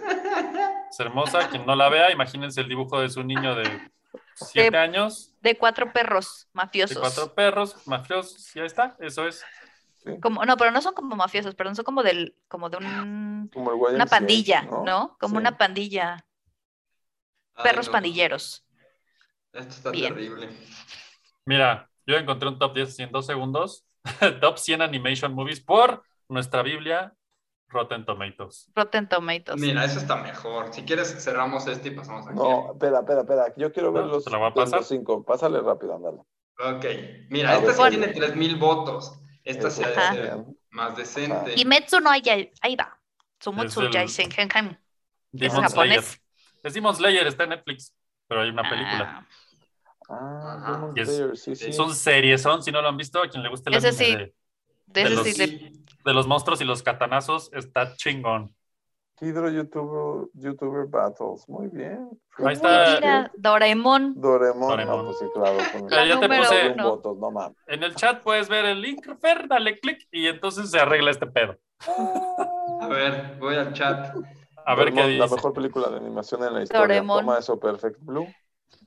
S1: Es hermosa. Quien no la vea, imagínense el dibujo de su niño de siete
S8: De-
S1: años,
S8: De cuatro perros
S1: de
S8: mafiosos.
S1: cuatro perros, mafiosos, y ahí está. Eso es.
S8: Como, no, pero no son como mafiosos, perdón, son como del, como de un-
S7: Como el YMCA,
S8: una pandilla, ¿no? Como
S7: Sí.
S8: una pandilla,
S9: Ay,
S8: perros
S9: no,
S8: pandilleros.
S9: Esto está
S8: Bien.
S9: terrible.
S1: Mira, yo encontré un top 10 en dos segundos. top 100 animation movies por nuestra Biblia Rotten Tomatoes.
S8: Rotten Tomatoes.
S9: Mira, eso está mejor. Si quieres, cerramos este y pasamos aquí.
S7: No, espera, espera, espera. Yo quiero ver
S1: No,
S7: los,
S1: te la voy a
S7: los-
S1: pasar.
S7: los cinco. Pásale rápido, ándale.
S9: Ok. Mira,
S7: A
S9: esta
S7: ver,
S9: sí
S7: ¿cuál?
S9: tiene 3000 votos. Esta sí
S7: Eso
S9: ha
S8: Ajá.
S9: de ser
S7: también.
S9: más decente.
S8: Y Metsu no Yaiba, ahí va.
S1: Es
S8: Sumutsu
S1: el-
S8: Yaisengenheim, que es
S1: Demon Slayer.
S8: japonés.
S1: Es Demon Slayer, está en Netflix, pero hay una película.
S8: Ah,
S7: Ah,
S9: Ajá.
S7: Demon
S1: Yes. Eh,
S7: Slayer, sí, sí.
S1: Son series, son, si no lo han visto, a quien le guste el
S8: Ese
S1: anime
S8: sí.
S1: de, de
S8: de ese
S1: los-
S8: sí le-
S1: de los monstruos y los katanazos, está chingón.
S7: Hydro YouTuber, YouTuber Battles. Muy bien.
S1: Ahí está.
S8: Mira, Doraemon.
S7: Doremon.
S1: Doraemon.
S7: Ah, pues sí, claro. con-
S1: Ya- ya te
S8: número
S1: puse-
S8: uno.
S7: votos, no mames.
S1: En el chat puedes ver el link, Fer, dale clic y entonces se arregla este pedo.
S9: A ver, voy al chat.
S1: A ver qué
S7: Doremon, La
S1: dice.
S7: mejor película de animación en la historia.
S8: Doremon.
S7: Toma eso, Perfect Blue.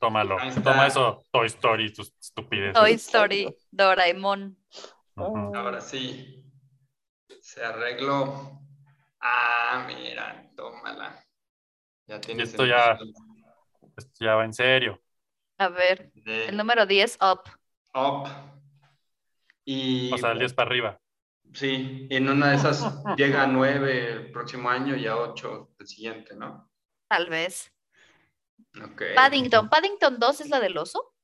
S1: Tómalo.
S9: Ahí está.
S1: Toma eso, Toy Story, tus estupideces.
S8: Toy Story, Doraemon.
S1: Ujú.
S7: Ah,
S9: Ahora sí. Se arregló. Ah, mira, tómala. Ya tienes
S1: Esto
S9: el
S1: ya-
S9: gusto
S1: Esto ya va en serio.
S8: A ver,
S9: de
S8: el número 10, Up.
S9: Up. Y
S1: O
S9: pues.
S1: sea, el 10 para arriba.
S9: sí, en una de esas llega a 9 el próximo año y a 8 el siguiente, ¿no?
S8: Tal vez.
S9: Ok.
S8: Paddington. Paddington 2 es la del oso.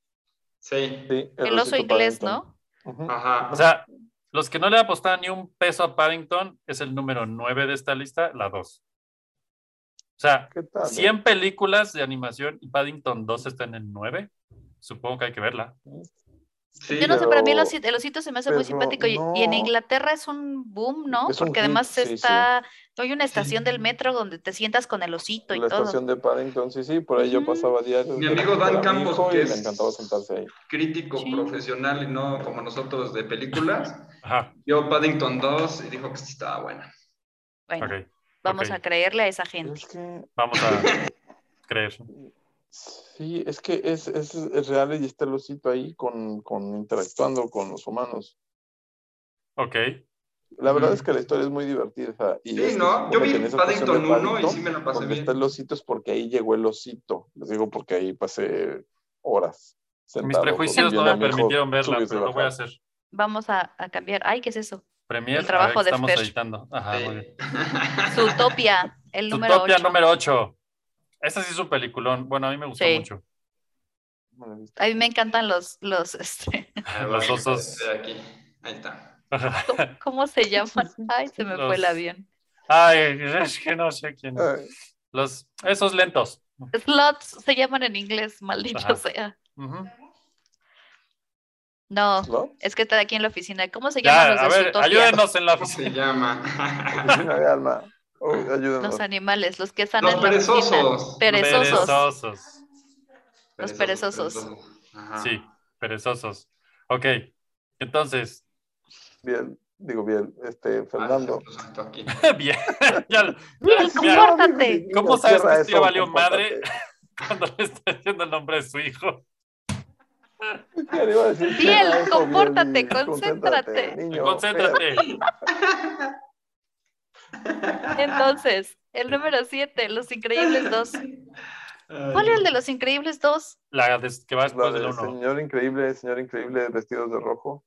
S9: Sí.
S7: Sí,
S8: El oso
S7: osito
S8: inglés,
S7: Paddington.
S8: ¿no?
S7: Ujú.
S9: Ajá.
S1: O sea, los que no le apostaban ni un peso a Paddington es el número 9 de esta lista, la 2. O sea,
S7: ¿Qué tal? eh?
S1: 100 películas de animación y Paddington 2 está en el 9. Supongo que hay que verla.
S9: sí,
S8: Yo no sé, para mí el
S7: pero-
S8: osi- el osito, se me hace muy
S7: pero
S8: simpático. y- Y en
S7: no.
S8: Inglaterra es un boom, ¿no?
S7: Es un
S8: Porque
S7: hit,
S8: además
S7: sí, sí.
S8: está. Hay una estación del metro donde te sientas con el osito y
S7: La
S8: todo.
S7: estación de Paddington, sí, sí, por ahí yo
S8: Ujú.
S7: pasaba diario.
S9: Mi amigo Dan
S7: Era mi
S9: Campos,
S7: hijo
S9: que
S7: y
S9: es-
S7: Le encantaba sentarse ahí.
S9: Crítico
S8: Sí.
S9: profesional y no como nosotros de películas.
S1: Ajá,
S9: Yo Paddington 2 y dijo que sí estaba buena.
S8: Bueno,
S1: ok.
S8: vamos
S1: ok.
S8: a creerle a esa gente.
S7: Es que,
S1: Vamos a creer.
S7: sí, es que es, es, es real y está el osito ahí con, con interactuando con los humanos.
S1: Ok.
S7: La verdad
S9: Ujú.
S7: es que la historia es muy divertida. Y
S9: Sí,
S7: es que
S9: ¿no?
S7: se
S9: Yo
S7: supone
S9: vi
S7: que en esa estación de
S9: Paddington 1 y
S7: Paddington,
S9: sí me la pasé
S7: Donde
S9: bien.
S7: está el osito es porque ahí llegó el osito. Les digo porque ahí pasé horas.
S1: Mis
S7: sentado
S1: prejuicios no
S7: viendo
S1: me
S7: a mi hijo
S1: permitieron verla,
S7: subirse y
S1: pero lo voy a
S7: bajar.
S1: hacer.
S8: Vamos a, a cambiar. Ay, ¿qué es eso?
S1: Premier,
S8: El trabajo
S1: ahora que
S8: de
S1: estamos
S8: Fer.
S1: editando. Ajá,
S9: Sí.
S1: Ah, muy bien.
S8: Zootopia, el número
S1: Zootopia
S8: 8.
S1: número 8. Esa sí es un peliculón. Bueno, a mí me gustó
S8: Sí.
S1: mucho.
S8: A mí me encantan los, los, este,
S9: Ah,
S1: Los
S9: bueno,
S1: osos.
S9: estoy aquí. Ahí está.
S8: ¿cómo- ¿cómo se llaman? Ay, se me fue el
S1: Los-
S8: avión.
S1: Ay, es que no sé quién. es.
S7: Ay,
S1: Los, esos lentos.
S8: Slots se llaman en inglés, maldito
S1: Ajá.
S8: sea.
S1: Ujú.
S8: No,
S7: ¿no?
S8: es que está aquí en la oficina. ¿Cómo se
S1: Ya,
S8: llaman
S1: a
S8: los de
S1: ver,
S8: Zootopia?
S1: ayúdenos en la
S9: ¿Cómo se
S1: oficina.
S9: llama?
S7: Oficina de alma. Oh, ayúdenos.
S8: Los animales, los que están
S9: Los
S8: en la oficina.
S9: perezosos.
S8: Perezosos.
S1: Perezosos.
S8: Los perezosos.
S9: Ajá. Ah,
S1: Sí, perezosos. Ok, entonces,
S7: Bien, digo bien, este, Fernando.
S9: Ah, se puso esto aquí.
S1: bien. ya lo-
S8: Mira, compórtate.
S7: digo,
S1: ¿Cómo sabes
S7: cierra
S1: que esto ya
S7: eso,
S1: valió madre?
S7: compórtate.
S1: cuando le está diciendo el nombre de su hijo.
S7: Ya le iba a decir,
S8: Biel,
S7: cierra eso,
S8: compórtate,
S7: Biel,
S8: concéntrate.
S7: niño,
S1: Concéntrate.
S8: Entonces, el número 7, Los Increíbles 2.
S9: Ay,
S8: ¿Cuál es el
S9: no.
S8: de Los Increíbles 2?
S1: La des- que va
S7: espérate.
S1: después del
S7: La del
S1: pues, uno.
S7: señor increíble, señor increíble, vestidos de rojo.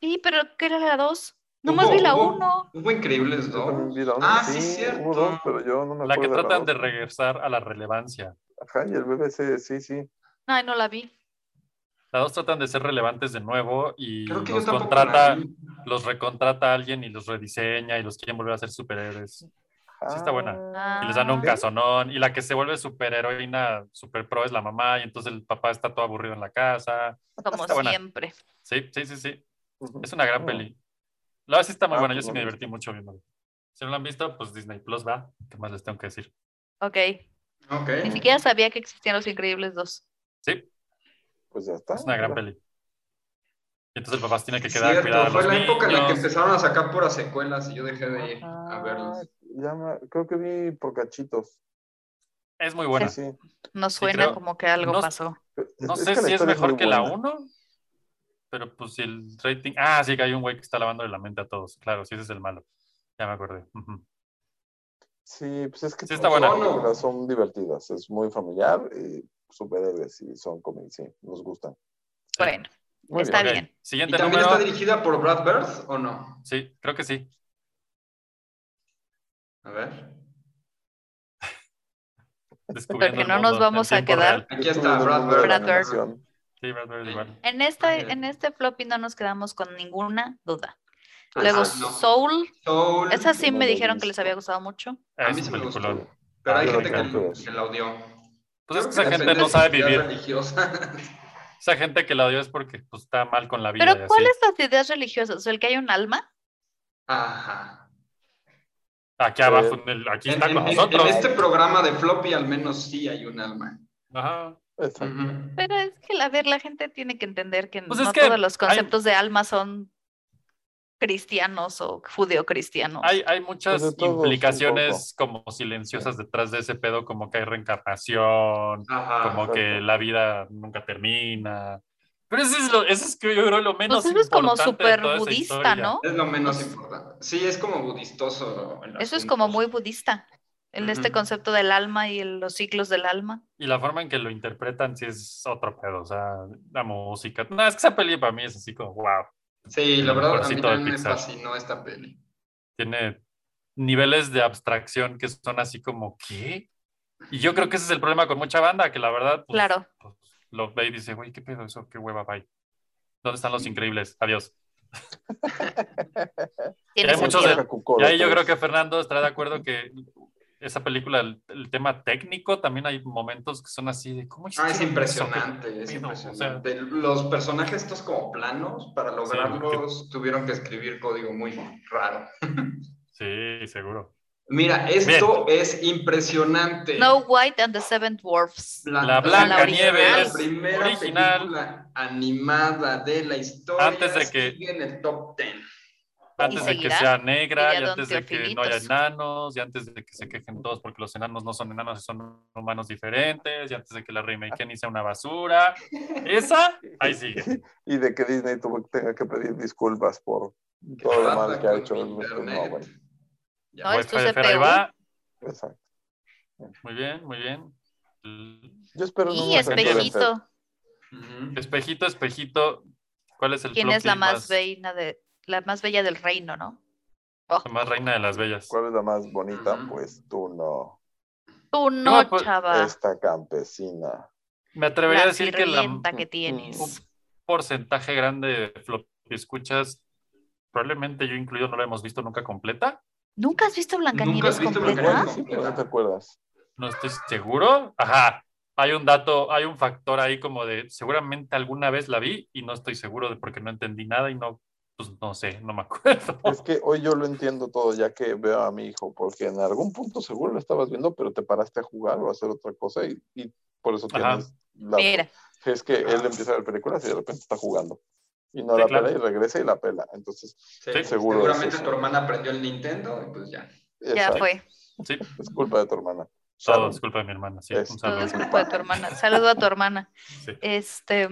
S8: Sí, pero ¿qué era la 2? Nomás
S9: Hubo-
S8: vi la
S9: hubo-
S8: uno.
S9: Hubo increíbles
S7: Yo también
S9: dos.
S7: vi la una.
S9: Ah, sí, cierto.
S7: hubo dos, pero yo no me
S1: La que
S7: acuerdo.
S1: tratan de
S7: otra.
S1: regresar a la relevancia.
S7: Ajá, y el BBC, sí, sí.
S8: Ay, no la vi.
S1: Las dos tratan de ser relevantes de nuevo y
S9: Creo que
S1: los
S9: yo tampoco la
S1: contrata,
S9: vi.
S1: los recontrata alguien y los rediseña y los quieren volver a ser superhéroes. Sí está buena.
S7: Ah,
S1: Y les dan un
S8: Ah.
S1: casonón. Y la que se vuelve superheroína, super pro es la mamá, y entonces el papá está todo aburrido en la casa.
S8: Como
S1: Ah, Está buena.
S8: siempre.
S1: Sí, sí, sí, sí.
S7: ujú.
S1: Es una
S9: Oh.
S1: gran
S7: Ah.
S1: peli. La verdad sí está muy
S7: Ah,
S1: buena, yo
S7: pues
S1: sí
S7: no
S1: me
S7: la he
S1: divertí mucho viéndola. Si no la han visto, pues Disney Plus va. ¿Qué más les tengo que decir?
S8: Ok.
S9: Ok.
S8: Ni siquiera sabía que existían los Increíbles 2.
S1: Sí,
S7: Pues ya
S9: Ah,
S7: está.
S1: es una gran
S7: mira.
S1: peli. Y entonces el papá tiene que quedar
S9: Cierto,
S1: cuidado a
S9: fue
S1: los
S9: la época en la que
S1: niños.
S9: empezaron a sacar puras secuelas y yo dejé de ir a
S8: Ah.
S9: verlas.
S7: Ya me- creo que vi por cachitos.
S1: Es muy buena.
S7: Sí, sí.
S8: No
S1: Sí,
S8: suena
S1: creo-
S8: como que algo
S1: no-
S8: pasó.
S1: No
S7: Es-
S1: sé
S7: que la
S1: si es
S7: historia
S1: mejor
S7: muy
S1: que la
S7: buena.
S1: 1, pero pues si el rating. Ah, sí, que hay un güey que está lavando la mente a todos. Claro, sí, ese es el malo. Ya me acordé. Ujú.
S7: Sí, pues es que
S1: Sí está
S7: todas las
S9: buena.
S7: películas son divertidas, es muy familiar y superhéroes y son como, sí, nos gustan.
S1: Sí.
S8: Bueno,
S7: Muy
S8: Está
S1: Ok,
S8: bien.
S9: ¿Y
S1: Siguiente
S9: también
S1: número.
S9: está dirigida por Brad Bird o no?
S1: Sí, creo que sí.
S9: A ver.
S1: Descubriendo
S8: Porque
S1: el
S8: no
S1: mundo
S8: nos vamos
S1: en
S8: a
S1: tiempo
S8: quedar.
S1: real.
S9: Aquí
S7: Yo
S9: está
S7: tuve
S9: Brad
S7: el número de la
S8: Brad Bird.
S7: animación.
S1: Sí, Brad Bird igual.
S8: en este,
S9: Ok.
S8: en este floppy no nos quedamos con ninguna duda.
S9: Ah,
S8: Luego
S9: no.
S8: Soul,
S9: Soul.
S8: esa sí
S7: no
S8: me
S7: la he
S8: dijeron que les
S7: visto.
S8: había gustado mucho.
S9: A
S1: Es
S9: mí
S1: un
S9: sí me gustó.
S1: Este, peliculón.
S9: Pero hay
S1: Ah,
S9: gente
S1: me
S7: encantó.
S9: que, que la odió.
S1: Pues es
S9: Creo
S1: que esa
S9: depende
S1: gente no
S9: de su
S1: sabe
S9: idea
S1: vivir.
S9: religiosa.
S1: Esa gente que la odió es porque pues, está mal con la vida. y
S8: Pero
S1: así.
S8: ¿cuáles las ideas religiosas? ¿El que hay un alma?
S9: Ajá.
S1: Aquí abajo, en el- aquí está
S9: En-
S1: con
S9: en-
S1: nosotros.
S9: en este programa de Floppy al menos sí hay un alma.
S1: Ajá.
S7: Exacto.
S9: Ujú.
S8: Pero es que, a ver, la gente tiene que entender que
S1: Pues es
S8: no
S1: que
S8: todos los
S1: hay-
S8: conceptos de alma son cristianos o judeocristianos.
S1: Hay, hay muchas
S7: Pues de todos, un
S1: implicaciones como silenciosas detrás de ese pedo, como que hay reencarnación,
S9: Ajá.
S1: como
S7: exacto.
S1: que la vida nunca termina. Pero eso es, lo, eso es que yo creo lo menos
S8: Pues eso es como
S1: importante de
S8: súper
S1: toda esa
S8: budista,
S1: historia.
S8: ¿no?
S9: Es lo menos
S1: pues
S9: importante. Sí, es como budistoso. el
S8: Eso es
S9: asunto.
S8: como muy budista, el de este
S9: Ujú.
S8: concepto del alma y el- los ciclos del alma.
S1: Y la forma en que lo interpretan sí es otro pedo, o sea, la música. No, es que esa peli para mí es así como, wow,
S9: Sí, la
S1: el
S9: verdad, a mí
S1: mejorcito de
S9: también me
S1: Pixar.
S9: fascinó esta peli.
S1: tiene niveles de abstracción que son así como, ¿qué? Y yo creo que ese es el problema con mucha banda, que la verdad, pues,
S8: Claro.
S1: pues, lo ve y dice, güey, ¿qué pedo eso? ¿Qué hueva, bye? ¿Dónde están los increíbles? Adiós.
S8: Tiene
S1: hay muchos de-
S8: sentido.
S1: Y ahí yo creo que Fernando estará de acuerdo que esa película, el, el tema técnico, también hay momentos que son así de, ¿cómo
S9: Ah, es
S1: hicieron eso?
S9: impresionante, es
S1: pedo? O sea-
S9: impresionante. Los personajes estos como planos, para lograrlos tuvieron que escribir código muy raro.
S1: Sí, seguro.
S9: Mira, esto es impresionante.
S8: Snow White and the Seven Dwarfs.
S1: La
S8: Blanca
S9: original,
S8: Nieves,
S9: la primera
S1: original.
S9: película animada de la historia.
S1: Antes de que-
S9: sigue en el top 10.
S1: Antes de que
S8: seguirá.
S1: sea negra,
S8: Y ya
S1: y
S8: don
S1: antes de que no
S8: Teofilitos.
S1: haya enanos, y antes de que se quejen todos porque los enanos no son enanos y son humanos diferentes, y antes de que la reina Kenny sea una basura. Esa, ahí sigue.
S7: Y de que Disney tuvo, tenga que pedir disculpas por todo lo mal que ha hecho. en este los- No, bueno,
S9: Ya.
S8: No,
S1: Voy,
S8: es tu
S1: Pues, Fer, Fer, ahí
S8: CPU.
S1: va.
S7: exacto.
S1: Muy bien, muy bien.
S7: Yo espero no
S8: Y
S7: me ofender, Fer.
S8: espejito.
S9: Ujú.
S1: Espejito, espejito. ¿Cuál es el
S8: ¿Quién es
S1: floppy
S8: la más bella de la más bella del reino, no?
S1: la más reina de las bellas?
S7: ¿Cuál es la más bonita?
S9: Ujú.
S7: Pues tú no.
S8: Tú no,
S1: pues,
S8: chava.
S7: Esta campesina.
S1: Me atrevería a
S8: La
S1: decir que la,
S8: sirvienta que
S7: Mm,
S8: tienes.
S1: porcentaje grande de floppy escuchas, probablemente yo incluido, no la hemos visto nunca completa.
S8: ¿Nunca has visto
S9: ¿Nunca
S8: Blancanieves
S9: has visto
S8: completa?
S7: Bueno,
S9: Blancanieves?
S7: sí, pero no te acuerdas.
S1: No estoy seguro. Ajá. Hay un dato, hay un factor ahí como de seguramente alguna vez la vi y no estoy seguro de porque no entendí nada y no, pues no sé, no me acuerdo.
S7: Es que hoy yo lo entiendo todo, ya que veo a mi hijo, porque en algún punto seguro lo estabas viendo, pero te paraste a jugar o a hacer otra cosa y, y por eso
S1: Ajá.
S7: tienes la...
S8: Mira,
S7: Es que él empieza a ver películas y de repente está jugando. Y no
S1: Sí,
S7: la
S1: claro.
S7: pela y regresa y la pela. Entonces,
S9: Sí,
S1: Sí,
S7: seguro
S9: Seguramente
S7: es eso.
S9: tu hermana aprendió el Nintendo y pues ya.
S8: ya
S7: exacto,
S8: fue.
S1: Sí,
S7: es culpa de tu hermana.
S1: todo
S7: Sharon,
S1: es culpa de Oh, mi hermana. Sí,
S7: Es-
S1: un
S8: Todo
S1: saludo.
S8: es culpa de tu hermana. Saludo a tu hermana.
S1: Sí.
S8: Este.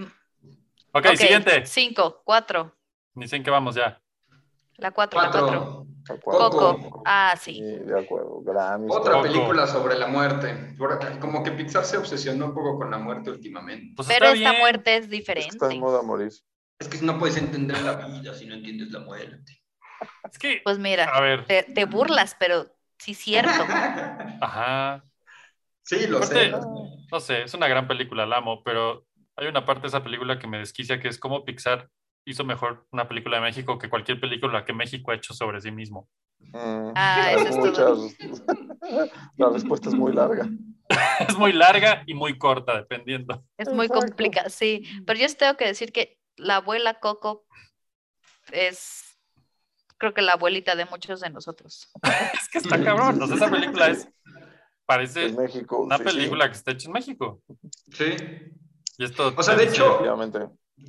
S1: Ok, siguiente.
S8: Cinco, cuatro.
S1: Dicen que vamos ya.
S8: La cuatro, la cuatro.
S9: Cuatro.
S7: de acuerdo.
S8: Coco.
S9: Coco.
S8: Ah,
S7: Sí,
S8: sí.
S7: de acuerdo. Gran
S9: Otra
S7: historia.
S1: Coco.
S9: película sobre la muerte. Por- Como que Pixar se obsesionó un poco con la muerte últimamente.
S1: Pues
S8: Pero
S1: está
S8: esta
S1: bien.
S8: muerte es
S7: Es que está
S8: diferente.
S7: en moda morir.
S9: Es que no puedes entender la vida si no entiendes la muerte.
S1: Es que,
S8: Pues mira,
S1: a ver,
S8: te, te burlas, pero sí es cierto.
S1: ajá,
S9: Sí, lo sé. lo sé.
S1: no sé, es una gran película, la amo, pero hay una parte de esa película que me desquicia, que es cómo Pixar hizo mejor una película de México que cualquier película que México ha hecho sobre sí mismo.
S7: Mm.
S8: Ah, eso es todo.
S7: Muchas- La respuesta es muy larga.
S1: Es muy larga y muy corta, dependiendo.
S8: Es muy
S7: Exacto.
S8: complicado, sí. Pero yo sí tengo que decir que la abuela Coco es, creo que la abuelita de muchos de nosotros.
S1: Es que está cabrón, o sea, esa película es,
S7: En
S1: parece
S7: México.
S1: una
S7: Pues, sí,
S1: película que está hecha en México.
S9: Sí.
S1: Y esto,
S9: O sea, de
S7: Sí,
S9: hecho,
S7: definitivamente.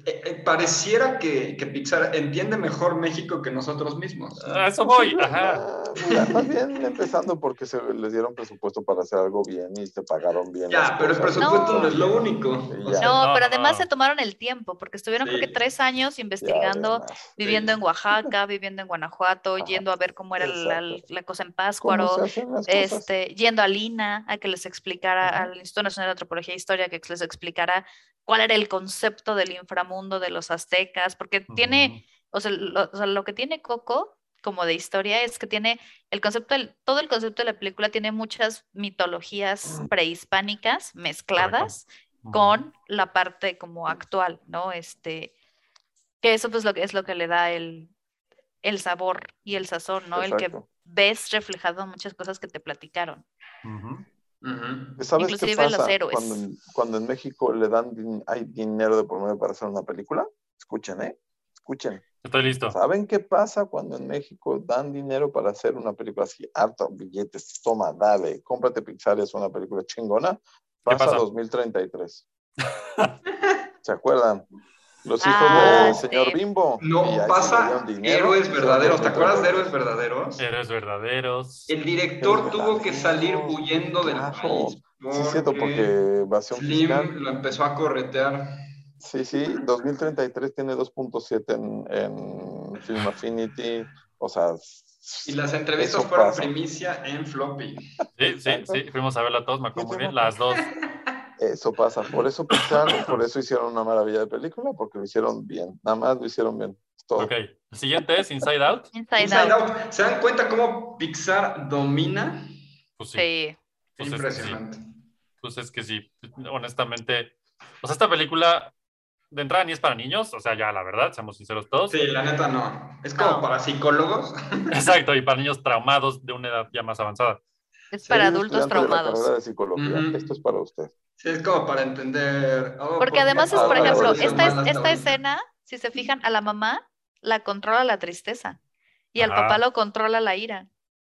S9: Eh, eh, pareciera que, que Pixar entiende mejor México que nosotros mismos.
S1: a eso voy, ajá.
S7: Ah, mira, más bien empezando porque se les dieron presupuesto para hacer algo bien y se pagaron bien. las
S9: ya, pero el
S7: cosas.
S9: presupuesto no,
S8: No.
S9: es lo único. O
S7: Ya.
S9: sea,
S8: No,
S1: no,
S8: pero además
S1: no.
S8: se tomaron el tiempo, porque estuvieron creo
S9: Sí.
S8: que tres años
S7: Ya, ya,
S8: investigando,
S7: ya.
S8: viviendo en Oaxaca, viviendo en Guanajuato,
S7: Ajá,
S8: yendo a ver cómo era la,
S7: Ah, exacto.
S8: la cosa en
S7: ¿Cómo
S8: Páscuaro,
S7: se hacen las cosas?
S8: este, yendo a Lina a que les explicara,
S7: Ajá.
S8: al Instituto Nacional de Antropología e Historia, que les explicara cuál era el concepto del inframundo de los aztecas, porque tiene, o sea, lo, o sea, lo que tiene Coco como de historia es que tiene el concepto, del- todo el concepto de la película tiene muchas
S7: Mm.
S8: mitologías prehispánicas mezcladas
S1: Ujú.
S8: con la parte como actual, ¿no? Este, que eso pues lo que es lo que le da el, el sabor y el sazón, ¿no? El que
S7: Exacto.
S8: ves reflejado en muchas cosas que te platicaron.
S1: Ujú.
S9: ujú.
S7: ¿Sabes qué
S8: inclusive
S7: pasa
S8: los héroes.
S7: Cuando, en- cuando en México le dan din- hay dinero de por medio para hacer una película? Escuchen, ¿eh? Escuchen.
S1: Estoy listo.
S7: ¿Saben qué pasa cuando en México dan dinero para hacer una película así? Harta billetes, toma, dale, cómprate Pixar, es una película chingona. Pasa,
S1: pasa?
S7: 2033. ¿Se acuerdan? Los hijos
S8: Ah,
S7: del
S8: sí.
S7: señor Bimbo.
S9: No,
S7: Y ahí sí le
S9: pasa
S7: dieron dinero,
S9: héroes
S7: hicieron
S9: verdaderos. ¿Te
S7: película.
S9: acuerdas de héroes verdaderos?
S1: Héroes verdaderos.
S9: El director
S7: Héroes
S9: tuvo que
S7: verdaderos,
S9: salir huyendo del
S7: claro.
S9: país.
S7: Sí, es cierto, porque evasión fiscal.
S9: Slim lo empezó a corretear.
S7: Sí, sí, 2033 tiene 2.7 en, en Film Affinity, o sea,
S9: Y las entrevistas
S7: Eso
S9: fueron
S7: pasa.
S9: primicia en floppy.
S1: Sí, sí, sí, fuimos a verla todos, me acuerdo muy bien, las dos.
S7: eso pasa. Por eso Pixar, por eso hicieron una maravilla de película, porque lo hicieron bien, nada más lo hicieron bien. es Todo.
S1: Ok, el siguiente es Inside Out.
S8: Inside,
S9: Inside
S8: Out.
S9: Out. ¿Se dan cuenta cómo Pixar domina?
S1: Pues sí,
S8: Sí.
S1: pues es que sí,
S9: Impresionante.
S1: pues es que sí, honestamente. O sea, esta película de entrada ni es para niños, o sea, ya la verdad, seamos sinceros todos.
S9: Sí, la neta no. Es como
S8: No.
S9: para psicólogos.
S1: Exacto, y para niños traumados de una edad ya más avanzada.
S8: Es
S7: Si
S8: para
S7: hay un
S8: adultos
S7: estudiante de la
S8: traumados.
S7: carrera de psicología,
S9: Ujú.
S7: esto es para usted.
S9: Sí, es como para entender. oh, ¿por
S8: Porque
S9: qué
S8: además es,
S7: Ah,
S8: por
S7: vale,
S8: ejemplo,
S7: vale,
S8: esta, es-
S9: vale.
S8: esta escena, si se fijan, a la mamá la controla la tristeza y al
S1: Ajá.
S8: papá lo controla la ira.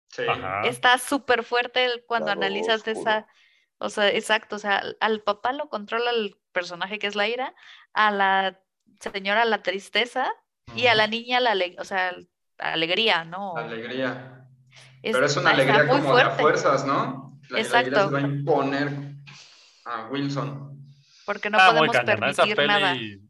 S9: Sí.
S1: Ajá.
S8: Está súper fuerte el- cuando
S7: Lado
S8: analizas
S7: oscuro.
S8: esa, o sea, exacto, o sea, al, al papá lo controla el personaje que es la ira, a la señora la tristeza y a la niña la, ale- o sea, la alegría, ¿no?
S9: Alegría.
S8: Es-
S9: Pero es una
S8: está
S9: alegría
S8: muy
S9: como de a
S8: fuerte
S9: fuerzas, ¿no? La alegría
S8: Exacto.
S9: se va a imponer a Wilson.
S8: porque no
S1: Ah, muy
S8: podemos
S1: cañona. Esa
S8: permitir nada.
S1: peli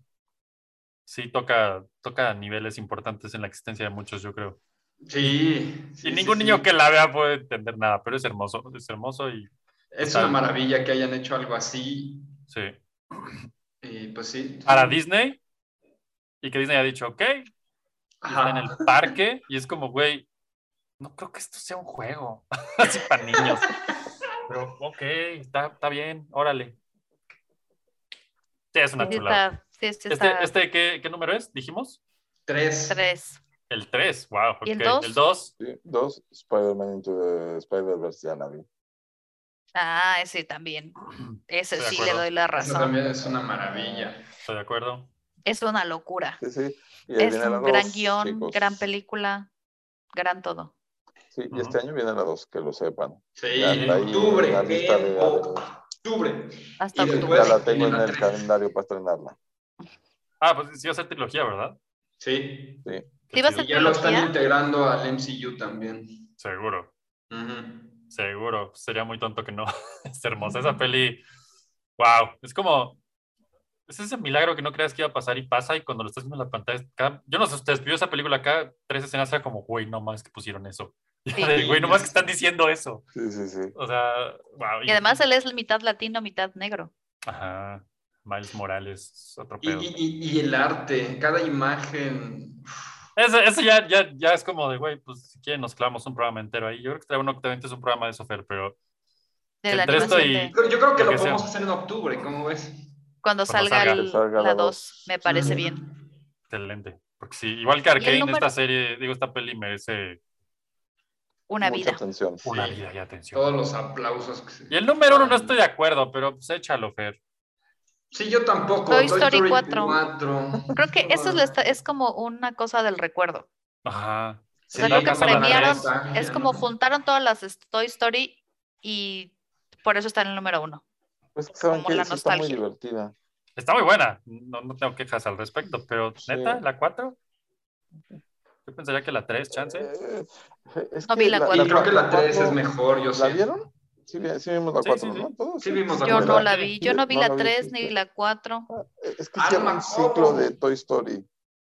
S1: sí toca, toca niveles importantes en la existencia de muchos, yo creo.
S9: Sí. sí,
S1: Y ningún
S9: sí,
S1: niño
S9: sí.
S1: que la vea puede entender nada, pero es hermoso, es hermoso y
S9: Es una maravilla que hayan hecho algo así.
S1: sí.
S9: Y pues sí.
S1: para Disney y que Disney ha dicho, ok, y está
S9: Ajá.
S1: en el parque y es como, güey, no creo que esto sea un juego, así para niños. Pero, ok, está, está bien, órale. Sí, es una
S8: Sí
S1: chulada.
S8: está, sí, sí está
S1: Este, este ¿qué, qué número es? Dijimos.
S9: Tres.
S8: tres.
S1: El 3, wow.
S8: ¿Y el
S1: ok.
S8: dos?
S1: El 2.
S7: Sí, Dos, Spider-Man into the Spider-Verse, ya la vi.
S8: Ah, ese también. Ese
S1: Estoy de
S8: sí le
S1: acuerdo.
S8: doy la
S9: Eso
S8: razón.
S9: también es una maravilla.
S1: Estoy de acuerdo.
S8: Es una locura.
S7: Sí, sí. Y ahí
S8: Es
S7: viene la
S8: un
S7: dos,
S8: gran guión,
S7: chicos.
S8: gran película, gran todo.
S7: Sí, y este año viene la dos, que lo sepan.
S9: Sí,
S7: Ya
S9: en
S7: está ahí
S9: octubre.
S7: la lista
S9: en
S7: de-
S9: octubre.
S8: Hasta
S9: Y
S8: octubre.
S9: después-
S7: ya la tengo en
S9: viene la
S7: el
S9: tres.
S7: calendario para estrenarla.
S1: Ah, pues sí, va a ser trilogía, ¿verdad?
S9: Sí.
S1: Qué
S8: Sí, va a
S1: chido.
S9: Y ya lo
S8: ¿Trilogía?
S9: están integrando al MCU también.
S1: Seguro.
S9: Ujú.
S1: Seguro, sería muy tonto que no. Es hermosa esa peli. Wow, es como es ese milagro que no creas que iba a pasar y pasa y cuando lo estás viendo en la pantalla, cada- yo no sé ustedes, pero yo esa película acá tres escenas era como, güey, no más que pusieron eso. Y yo de, Güey, no más que están diciendo eso.
S7: Sí, sí, sí.
S1: O sea, wow.
S8: Y además él es mitad latino, mitad negro.
S1: ajá, Miles Morales, es otro
S9: Y,
S1: pedo.
S9: y- y- y el arte, cada imagen. uf,
S1: Eso, eso ya, ya, ya es como de, güey, pues si quieren nos clavamos un programa entero ahí. Yo creo que trae uno que también es un programa de eso, Fer, pero
S8: de la
S1: Entre esto
S8: animación
S1: y-
S8: de-
S9: Yo creo que
S1: Lo
S9: lo
S1: que sea.
S9: podemos hacer en octubre, ¿cómo ves?
S1: cuando
S8: cuando salga,
S1: salga.
S8: el-
S7: Salga
S8: la
S7: la
S8: 2, me parece
S9: Mm.
S8: bien.
S1: excelente. Porque sí, igual que Arkane,
S8: número-
S1: esta serie, digo, esta peli merece
S8: Una
S7: Mucha
S8: vida.
S7: atención.
S1: una
S9: Sí.
S1: vida y atención.
S9: Todos los aplausos. Que se-
S1: Y el número uno no estoy de acuerdo, pero pues échalo, Fer.
S9: Sí, yo tampoco.
S8: Toy Story 4. Creo que
S9: eso
S8: eso es, la esta- es como una cosa del recuerdo.
S1: Ajá.
S8: O sea, creo que
S1: pasan a la
S8: premiaron,
S1: vez.
S8: es como juntaron todas las est- Toy Story y por eso está en el número uno.
S7: Pues que saben
S8: Como
S7: que
S8: la
S7: sí está muy
S8: nostalgia.
S7: divertida.
S1: Está muy buena. No, no tengo quejas al respecto, pero
S7: Sí.
S1: neta, la 4. Yo pensaría que la 3, chance.
S7: Eh, es
S8: No vi la cuatro.
S9: Y creo que la 3 es
S7: cuatro-
S9: mejor, yo
S7: ¿La
S9: siento.
S7: vieron? Sí, vi- sí vimos la
S1: Sí,
S7: 4,
S1: sí, sí.
S7: ¿no? Todos,
S9: Sí vimos la
S8: Yo
S9: cuatro.
S8: no la vi, yo no vi
S7: No
S8: la
S7: la vi,
S8: 3
S7: sí,
S8: ni
S7: sí.
S8: la 4.
S7: Eh, Es que
S9: Ah, no
S7: hicieron
S9: me
S7: un
S9: acuerdo.
S7: ciclo de Toy Story.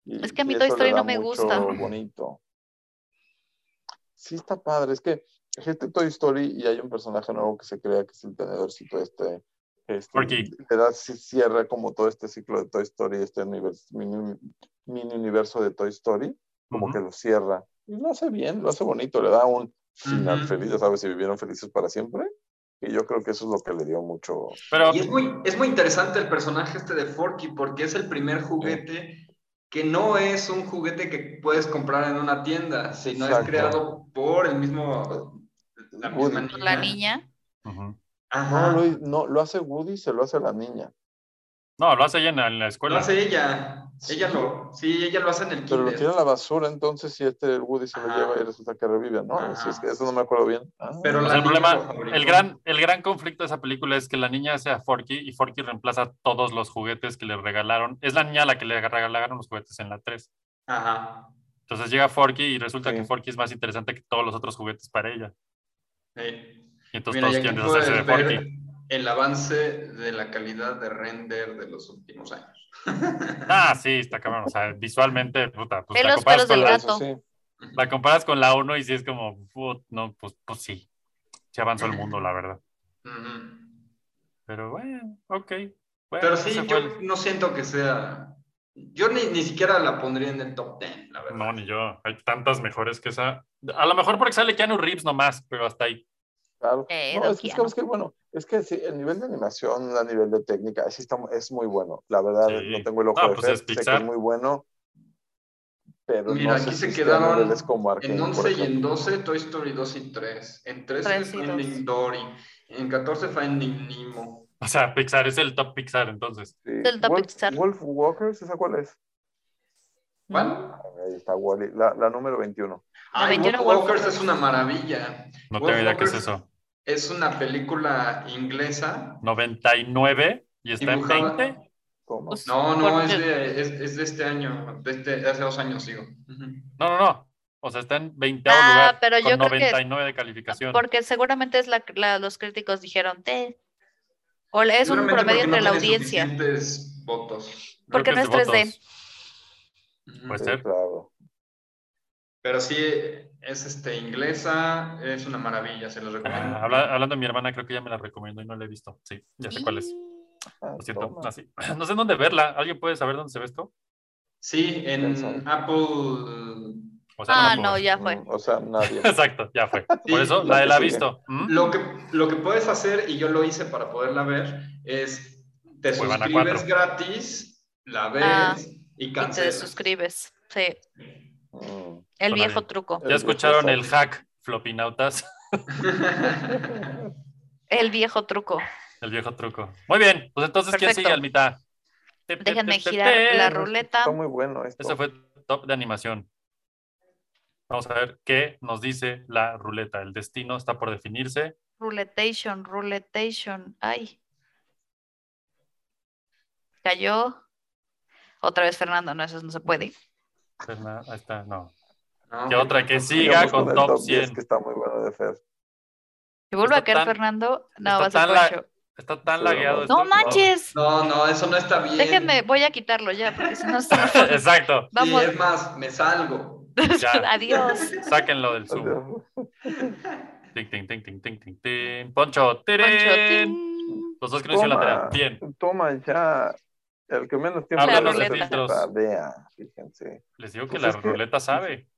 S7: y-
S8: Es que a mí
S7: y
S8: Toy
S7: eso le
S8: Story no
S7: da
S8: me
S7: mucho
S8: gusta.
S7: Bonito. Sí, está padre. Es que este Toy Story y hay un personaje nuevo que se crea que es el tenedorcito este. este
S1: Porky.
S7: Le da, sí, cierra como todo este ciclo de Toy Story, este univers- mini, mini universo de Toy Story, como
S1: Ujú.
S7: que lo cierra. Y lo hace bien, lo hace bonito, le da un final
S9: Ujú.
S7: feliz, ya sabes, si vivieron felices para siempre. Y yo creo que eso es lo que le dio mucho.
S1: Pero
S9: Y es muy, es muy interesante el personaje este de Forky porque es el primer juguete que no es un juguete que puedes comprar en una tienda, sino
S7: Exacto.
S9: es creado por el mismo... La misma
S7: Woody. Ah,
S8: Por la niña.
S1: ujú.
S9: Ajá.
S7: No, lo, no, lo hace Woody, se lo hace a la niña.
S1: no, lo hace ella en la, en la
S9: Lo
S1: escuela.
S9: hace ella.
S7: Sí.
S9: Ella lo, sí, Ah. ella lo hace en el
S7: Pero lo
S9: kinder.
S7: tira a la basura, entonces si este Woody se lo
S9: Ajá.
S7: lleva y resulta que revive, ¿no?
S9: Ajá.
S7: Si es que eso no me acuerdo bien. Ah,
S9: Ah. Pero
S1: O
S9: la
S1: sea, el
S9: niña
S1: problema,
S9: lo fabricó.
S1: el gran, el gran conflicto de esa película es que la niña hace a Forky y Forky reemplaza todos los juguetes que le regalaron. Es la niña a la que le regalaron los juguetes en la 3.
S9: Ajá.
S1: Entonces llega Forky y resulta
S7: Sí.
S1: que Forky es más interesante que todos los otros juguetes para ella.
S9: Sí.
S1: Y entonces
S9: Mira, y
S1: todos
S9: aquí
S1: quieren deshacerse de
S9: puedes ver
S1: Forky.
S9: el avance de la calidad de render de los últimos años.
S1: Ah, sí, está cabrón. O sea, visualmente, puta, pues
S8: Ve
S1: la
S8: los
S1: comparas
S8: pelos del
S1: con la,
S8: gato.
S7: eso sí.
S1: la comparas con la 1 y sí es como, put, no, pues, pues sí. Se avanzó el mundo, la verdad.
S9: Ujú.
S1: Pero bueno, ok. Bueno,
S9: Pero sí,
S1: ese fue
S9: yo
S1: el-
S9: no siento que sea. Yo ni, ni siquiera la pondría en el top 10, la verdad.
S1: No, ni yo. Hay tantas mejores que esa. A lo mejor porque sale Keanu Reeves nomás, pero hasta ahí.
S7: Claro.
S8: Eh,
S7: No, es que,
S8: Doquiano.
S7: es que, bueno, es que sí, el nivel de animación, el nivel de técnica, sí está, es muy bueno. La verdad,
S1: Sí.
S7: no tengo el ojo
S1: Ah,
S7: de
S1: pues
S7: Fer,
S1: es
S7: sé que
S1: Pixar.
S7: es muy bueno. Pero
S9: Mira,
S7: no sé
S9: aquí se
S7: si esté a
S9: quedaron
S7: niveles como Arkane,
S9: En
S7: por
S9: 11 y en
S7: ejemplo.
S9: 12, Toy Story 2 y 3. En 13,
S8: Tres y dos.
S9: Finding Dory. En 14, Finding Nemo.
S1: O sea, Pixar es el top Pixar, entonces.
S7: Sí.
S8: Del top
S7: Wolf,
S8: Pixar.
S7: Wolf Walkers, ¿esa cuál es?
S9: ¿Cuál?
S7: Ahí está Wally, la, la número 21.
S8: La
S9: Ah,
S8: 21
S9: Wolf
S8: Wolf
S9: Walkers es
S8: Walkers.
S9: una maravilla.
S1: No
S9: Wolf
S1: tengo idea qué es
S9: Walkers
S1: eso.
S9: Es una película inglesa.
S1: 99 y está en
S9: Dibujada.
S1: 20.
S7: Toma.
S8: Pues-
S9: No, no,
S8: Por-
S9: es de, es, es de este año. De este, de hace dos años, digo. Ujú.
S1: No, no, no. O sea, está en 20
S8: Ah,
S1: lugar
S8: pero yo
S1: con
S8: creo que-
S1: 99 de calificación.
S8: Porque seguramente es la, la- los críticos dijeron, "Te". o le- es un
S9: Seguramente
S8: promedio
S9: porque no
S8: entre la
S9: tiene
S8: audiencia.
S9: suficientes votos.
S1: Creo
S8: porque
S1: que
S8: no
S1: es
S8: es
S1: de
S8: 3D.
S1: votos.
S9: Ujú.
S1: Pues
S7: Sí,
S1: ser.
S7: claro.
S9: Pero sí, es este, inglesa, es una maravilla, se los recomiendo.
S1: Ah, habla- hablando de mi hermana, creo que ya me la recomiendo y no la he visto. Sí, ya sé cuál es.
S7: Ah,
S1: Lo siento.
S7: toma.
S1: Así. No sé dónde verla. ¿Alguien puede saber dónde se ve esto?
S9: Sí, en
S7: Inglesa.
S9: Apple.
S1: O sea, la
S8: Ah,
S1: puedo
S8: no,
S1: ver.
S8: ya fue.
S7: Mm, O sea, nadie.
S1: Exacto, ya fue. Por
S9: Sí,
S1: eso,
S7: la
S1: la
S7: que
S1: él ha
S7: sigue.
S1: visto. ¿Mm?
S9: Lo que, lo que puedes hacer, y yo lo hice para poderla ver, es te
S1: Cuevana
S9: suscribes
S1: cuatro.
S9: gratis, la ves
S8: Ah,
S9: y
S8: Y te
S9: cancelas.
S8: suscribes. Sí,
S7: Mm.
S8: el
S1: Suena
S8: viejo
S1: bien.
S8: truco.
S1: Ya
S7: El
S1: escucharon
S7: viejo
S1: el hack, flopinautas.
S8: El viejo truco.
S1: El viejo truco. Muy bien, pues entonces, ¿quién
S8: Perfecto.
S1: sigue al mitad?
S8: Déjenme girar la ruleta.
S7: Está muy bueno esto.
S1: Ese fue top de animación. Vamos a ver qué nos dice la ruleta. El destino está por definirse.
S8: Ruletation, ruletation. Ay. Cayó. Otra vez Fernando, no, eso no se puede.
S1: Fernan- Pues ahí está, no.
S9: No,
S1: Que otra que siga
S7: Sigamos
S1: con
S7: el
S1: top
S7: 10, que
S1: 100.
S7: está muy bueno de Fer.
S8: Si vuelve a
S1: Está
S8: caer
S1: tan-
S8: Fernando, no
S1: está
S8: va a ser
S1: tan la-
S8: Poncho.
S1: Está tan
S7: Sí,
S1: lagueado. este
S8: No
S1: esto.
S8: manches.
S9: No, no, eso no está bien.
S8: Déjenme, voy a quitarlo ya, porque si no, se nos-
S1: Exacto.
S9: Sí,
S8: vamos.
S9: es más, me salgo.
S1: Ya,
S8: Adiós.
S1: sáquenlo del Zoom. Ting, ting, ting, ting, ting, ting, ting. Poncho, tirín.
S8: Poncho. ting.
S1: Los dos que no hicieron la
S7: Toma.
S1: tarea. Bien.
S7: Toma ya. El que menos tiempo
S8: La
S1: Háblanos
S7: le
S1: de
S7: dedica,
S8: ruleta.
S1: filtros.
S7: vea, fíjense.
S1: Les digo que
S7: Pues
S1: la
S7: es que-
S1: ruleta sabe.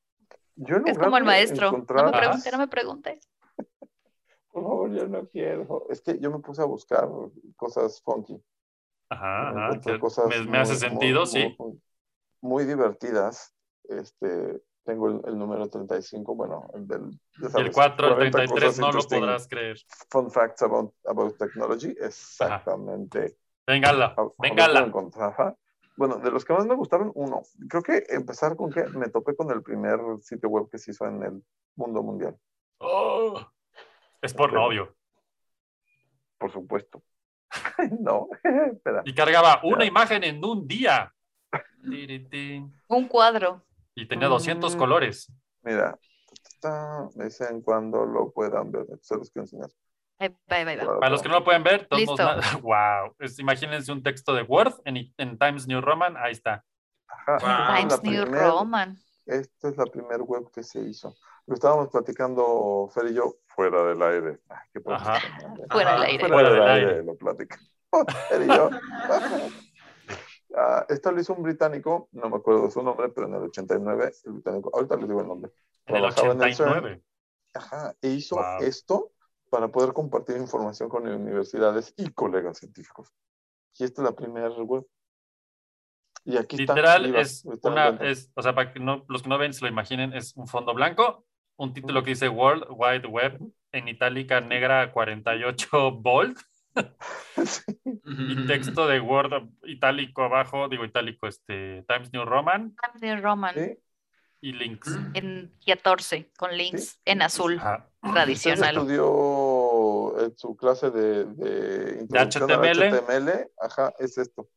S7: Yo en
S8: Es
S7: lugar
S8: como el
S7: de
S8: maestro. No me
S7: encontrar-
S8: pregunte, no me pregunte.
S7: Por favor, yo no quiero. Es que yo me puse a buscar cosas funky.
S1: Ajá,
S7: Me
S1: ajá,
S7: encontré
S1: que-
S7: cosas
S1: me, me
S7: muy-
S1: hace
S7: muy-
S1: sentido,
S7: muy-
S1: sí.
S7: Muy, divertidas. Este, tengo el, el número 35, bueno, el del... ya
S1: el
S7: sabes,
S1: 4, el
S7: 40
S1: 33,
S7: cosas
S1: no lo
S7: interesting.
S1: podrás creer.
S7: Fun facts about, about technology, exactamente.
S1: Véngala,
S7: A- a ver
S1: véngala.
S7: cómo encontraba. Bueno, de los que más me gustaron, uno. Creo que empezar con que me topé con el primer sitio web que se hizo en el mundo mundial,
S1: Oh, es por
S7: Espera.
S1: novio.
S7: por supuesto. no, espera.
S1: Y cargaba una
S7: Ya.
S1: imagen en un día. Tiritín.
S8: Un cuadro.
S1: Y tenía 200
S7: Mm.
S1: colores.
S7: Mira, ta, me dicen cuando lo puedan ver, se los quiero enseñar.
S8: Ahí va, ahí va, ahí va.
S1: Para los que no lo pueden ver, de todos modos, nada-
S8: Listo.
S1: wow. Es- imagínense un texto de Word en, en Times New Roman, ahí está.
S7: Ajá,
S9: Wow.
S7: esta es
S8: Times
S7: Ah, la
S8: New
S7: primer-
S8: Roman.
S7: Esta es la primera web que se hizo. Lo estábamos platicando Fer y yo fuera del aire. Ay, qué
S1: Ajá.
S7: profesional.
S8: Fuera del
S9: Ajá.
S8: aire.
S1: Fuera
S7: Fuera
S1: del
S7: del
S1: aire.
S7: aire lo platicamos. Fer y yo. Ah, esto lo hizo un británico, no me acuerdo de su nombre, pero en el 89, el británico, ahorita les digo el nombre.
S1: En el
S7: Trabajaba en el CERN.
S1: 89.
S7: Ajá, e hizo
S1: Wow.
S7: esto para poder compartir información con universidades y colegas científicos. Y esta es la primera web. Y aquí está,
S1: Literal
S7: ahí va,
S1: es
S7: ahorita lo
S1: una,
S7: encuentro.
S1: es, o sea, para que no, los que no ven se lo imaginen, es un fondo blanco, un título que dice World Wide Web en itálica negra 48 bold
S7: Sí,
S1: y texto de Word itálico abajo, digo itálico, este Times New Roman
S8: Times New Roman
S7: sí.
S1: y links. Ah,
S8: en 14 con links
S7: Sí. Ah,
S8: en azul
S1: Ajá.
S7: Usted
S8: tradicional.
S7: estudió en su clase de, de introducción al
S1: HTML.
S7: HTML, ajá, es esto,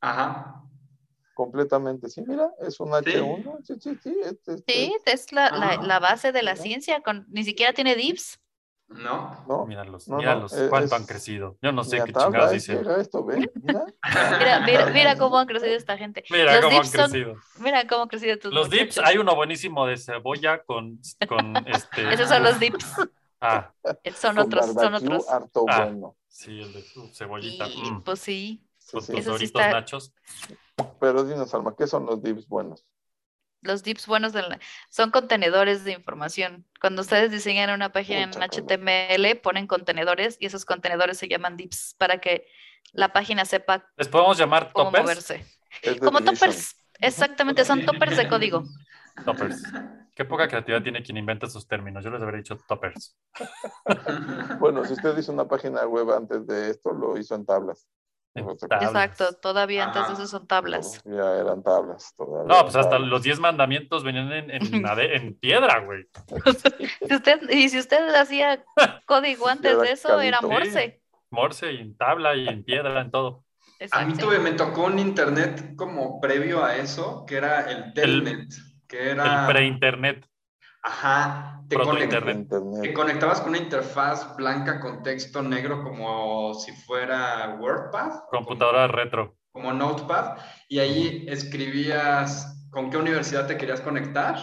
S9: Ajá.
S7: completamente. Sí, mira, es un H1, sí, sí, sí. este, este,
S8: Sí, es la, la-
S9: Ah.
S8: la base de la
S7: Mira.
S8: ciencia, con, ni siquiera tiene divs.
S9: ¿No?
S7: no,
S1: Míralos,
S7: No, no,
S1: míralos,
S7: eh,
S1: cuánto
S7: es-
S1: han crecido. Yo no sé
S7: ni a
S1: qué
S7: tabla,
S1: chingados
S7: eh,
S1: dicen.
S7: llega esto, ve, mira.
S8: Mira, mira, mira cómo han crecido esta gente.
S1: Mira
S8: Los
S1: cómo han
S8: dips son-
S1: crecido.
S8: Mira cómo han crecido tus
S1: Los dips,
S8: muchachos.
S1: hay uno buenísimo de cebolla con, con este.
S8: Esos son los dips.
S1: Ah,
S8: Esos Eh, Son
S7: con
S8: otros, son
S7: barbecue,
S8: otros.
S7: harto
S1: Ah.
S7: bueno.
S1: sí, el de uh,
S8: Y
S1: cebollita. mm,
S8: pues sí,
S7: Sí,
S1: con
S7: sí.
S1: tus
S8: Eso sí
S1: doritos
S8: está-
S1: nachos.
S7: Pero dinos, Alma, ¿qué son los divs buenos?
S8: los dips buenos de la- son contenedores de información. Cuando ustedes diseñan una página en
S7: Puta, cabrón.
S8: HTML, ponen contenedores y esos contenedores se llaman dips para que la página sepa
S1: ¿Les podemos llamar
S8: cómo
S1: toppers?
S8: moverse.
S7: Es de
S8: Como
S7: division.
S8: toppers. Exactamente, son toppers de código.
S1: Toppers. Qué poca creatividad tiene quien inventa sus términos. Yo les habría dicho toppers.
S7: Bueno, si usted hizo una página web antes de esto, lo hizo en tablas.
S1: En
S7: Exacto.
S1: tablas.
S8: Exacto, todavía antes de
S9: Ajá.
S8: eso son tablas.
S7: Ya eran tablas. todavía
S1: No,
S7: eran
S1: pues hasta
S7: tablas.
S1: los 10 mandamientos venían en, en ade- en piedra, güey.
S8: Si usted, y si usted hacía código antes
S7: era
S8: de eso, era
S7: calito.
S8: morse.
S1: Morse y en tabla y en piedra, en todo.
S9: A mí
S8: Exacto.
S9: tuve, me tocó un internet como previo a eso, que era el telnet, que era...
S1: El pre-internet.
S9: Ajá, te,
S1: Proto
S9: conect-
S1: internet.
S9: te
S7: Internet.
S9: conectabas con una interfaz blanca con texto negro como si fuera WordPad. o
S1: Computadora retro.
S9: Como, como Notepad. Y ahí escribías con qué universidad te querías conectar.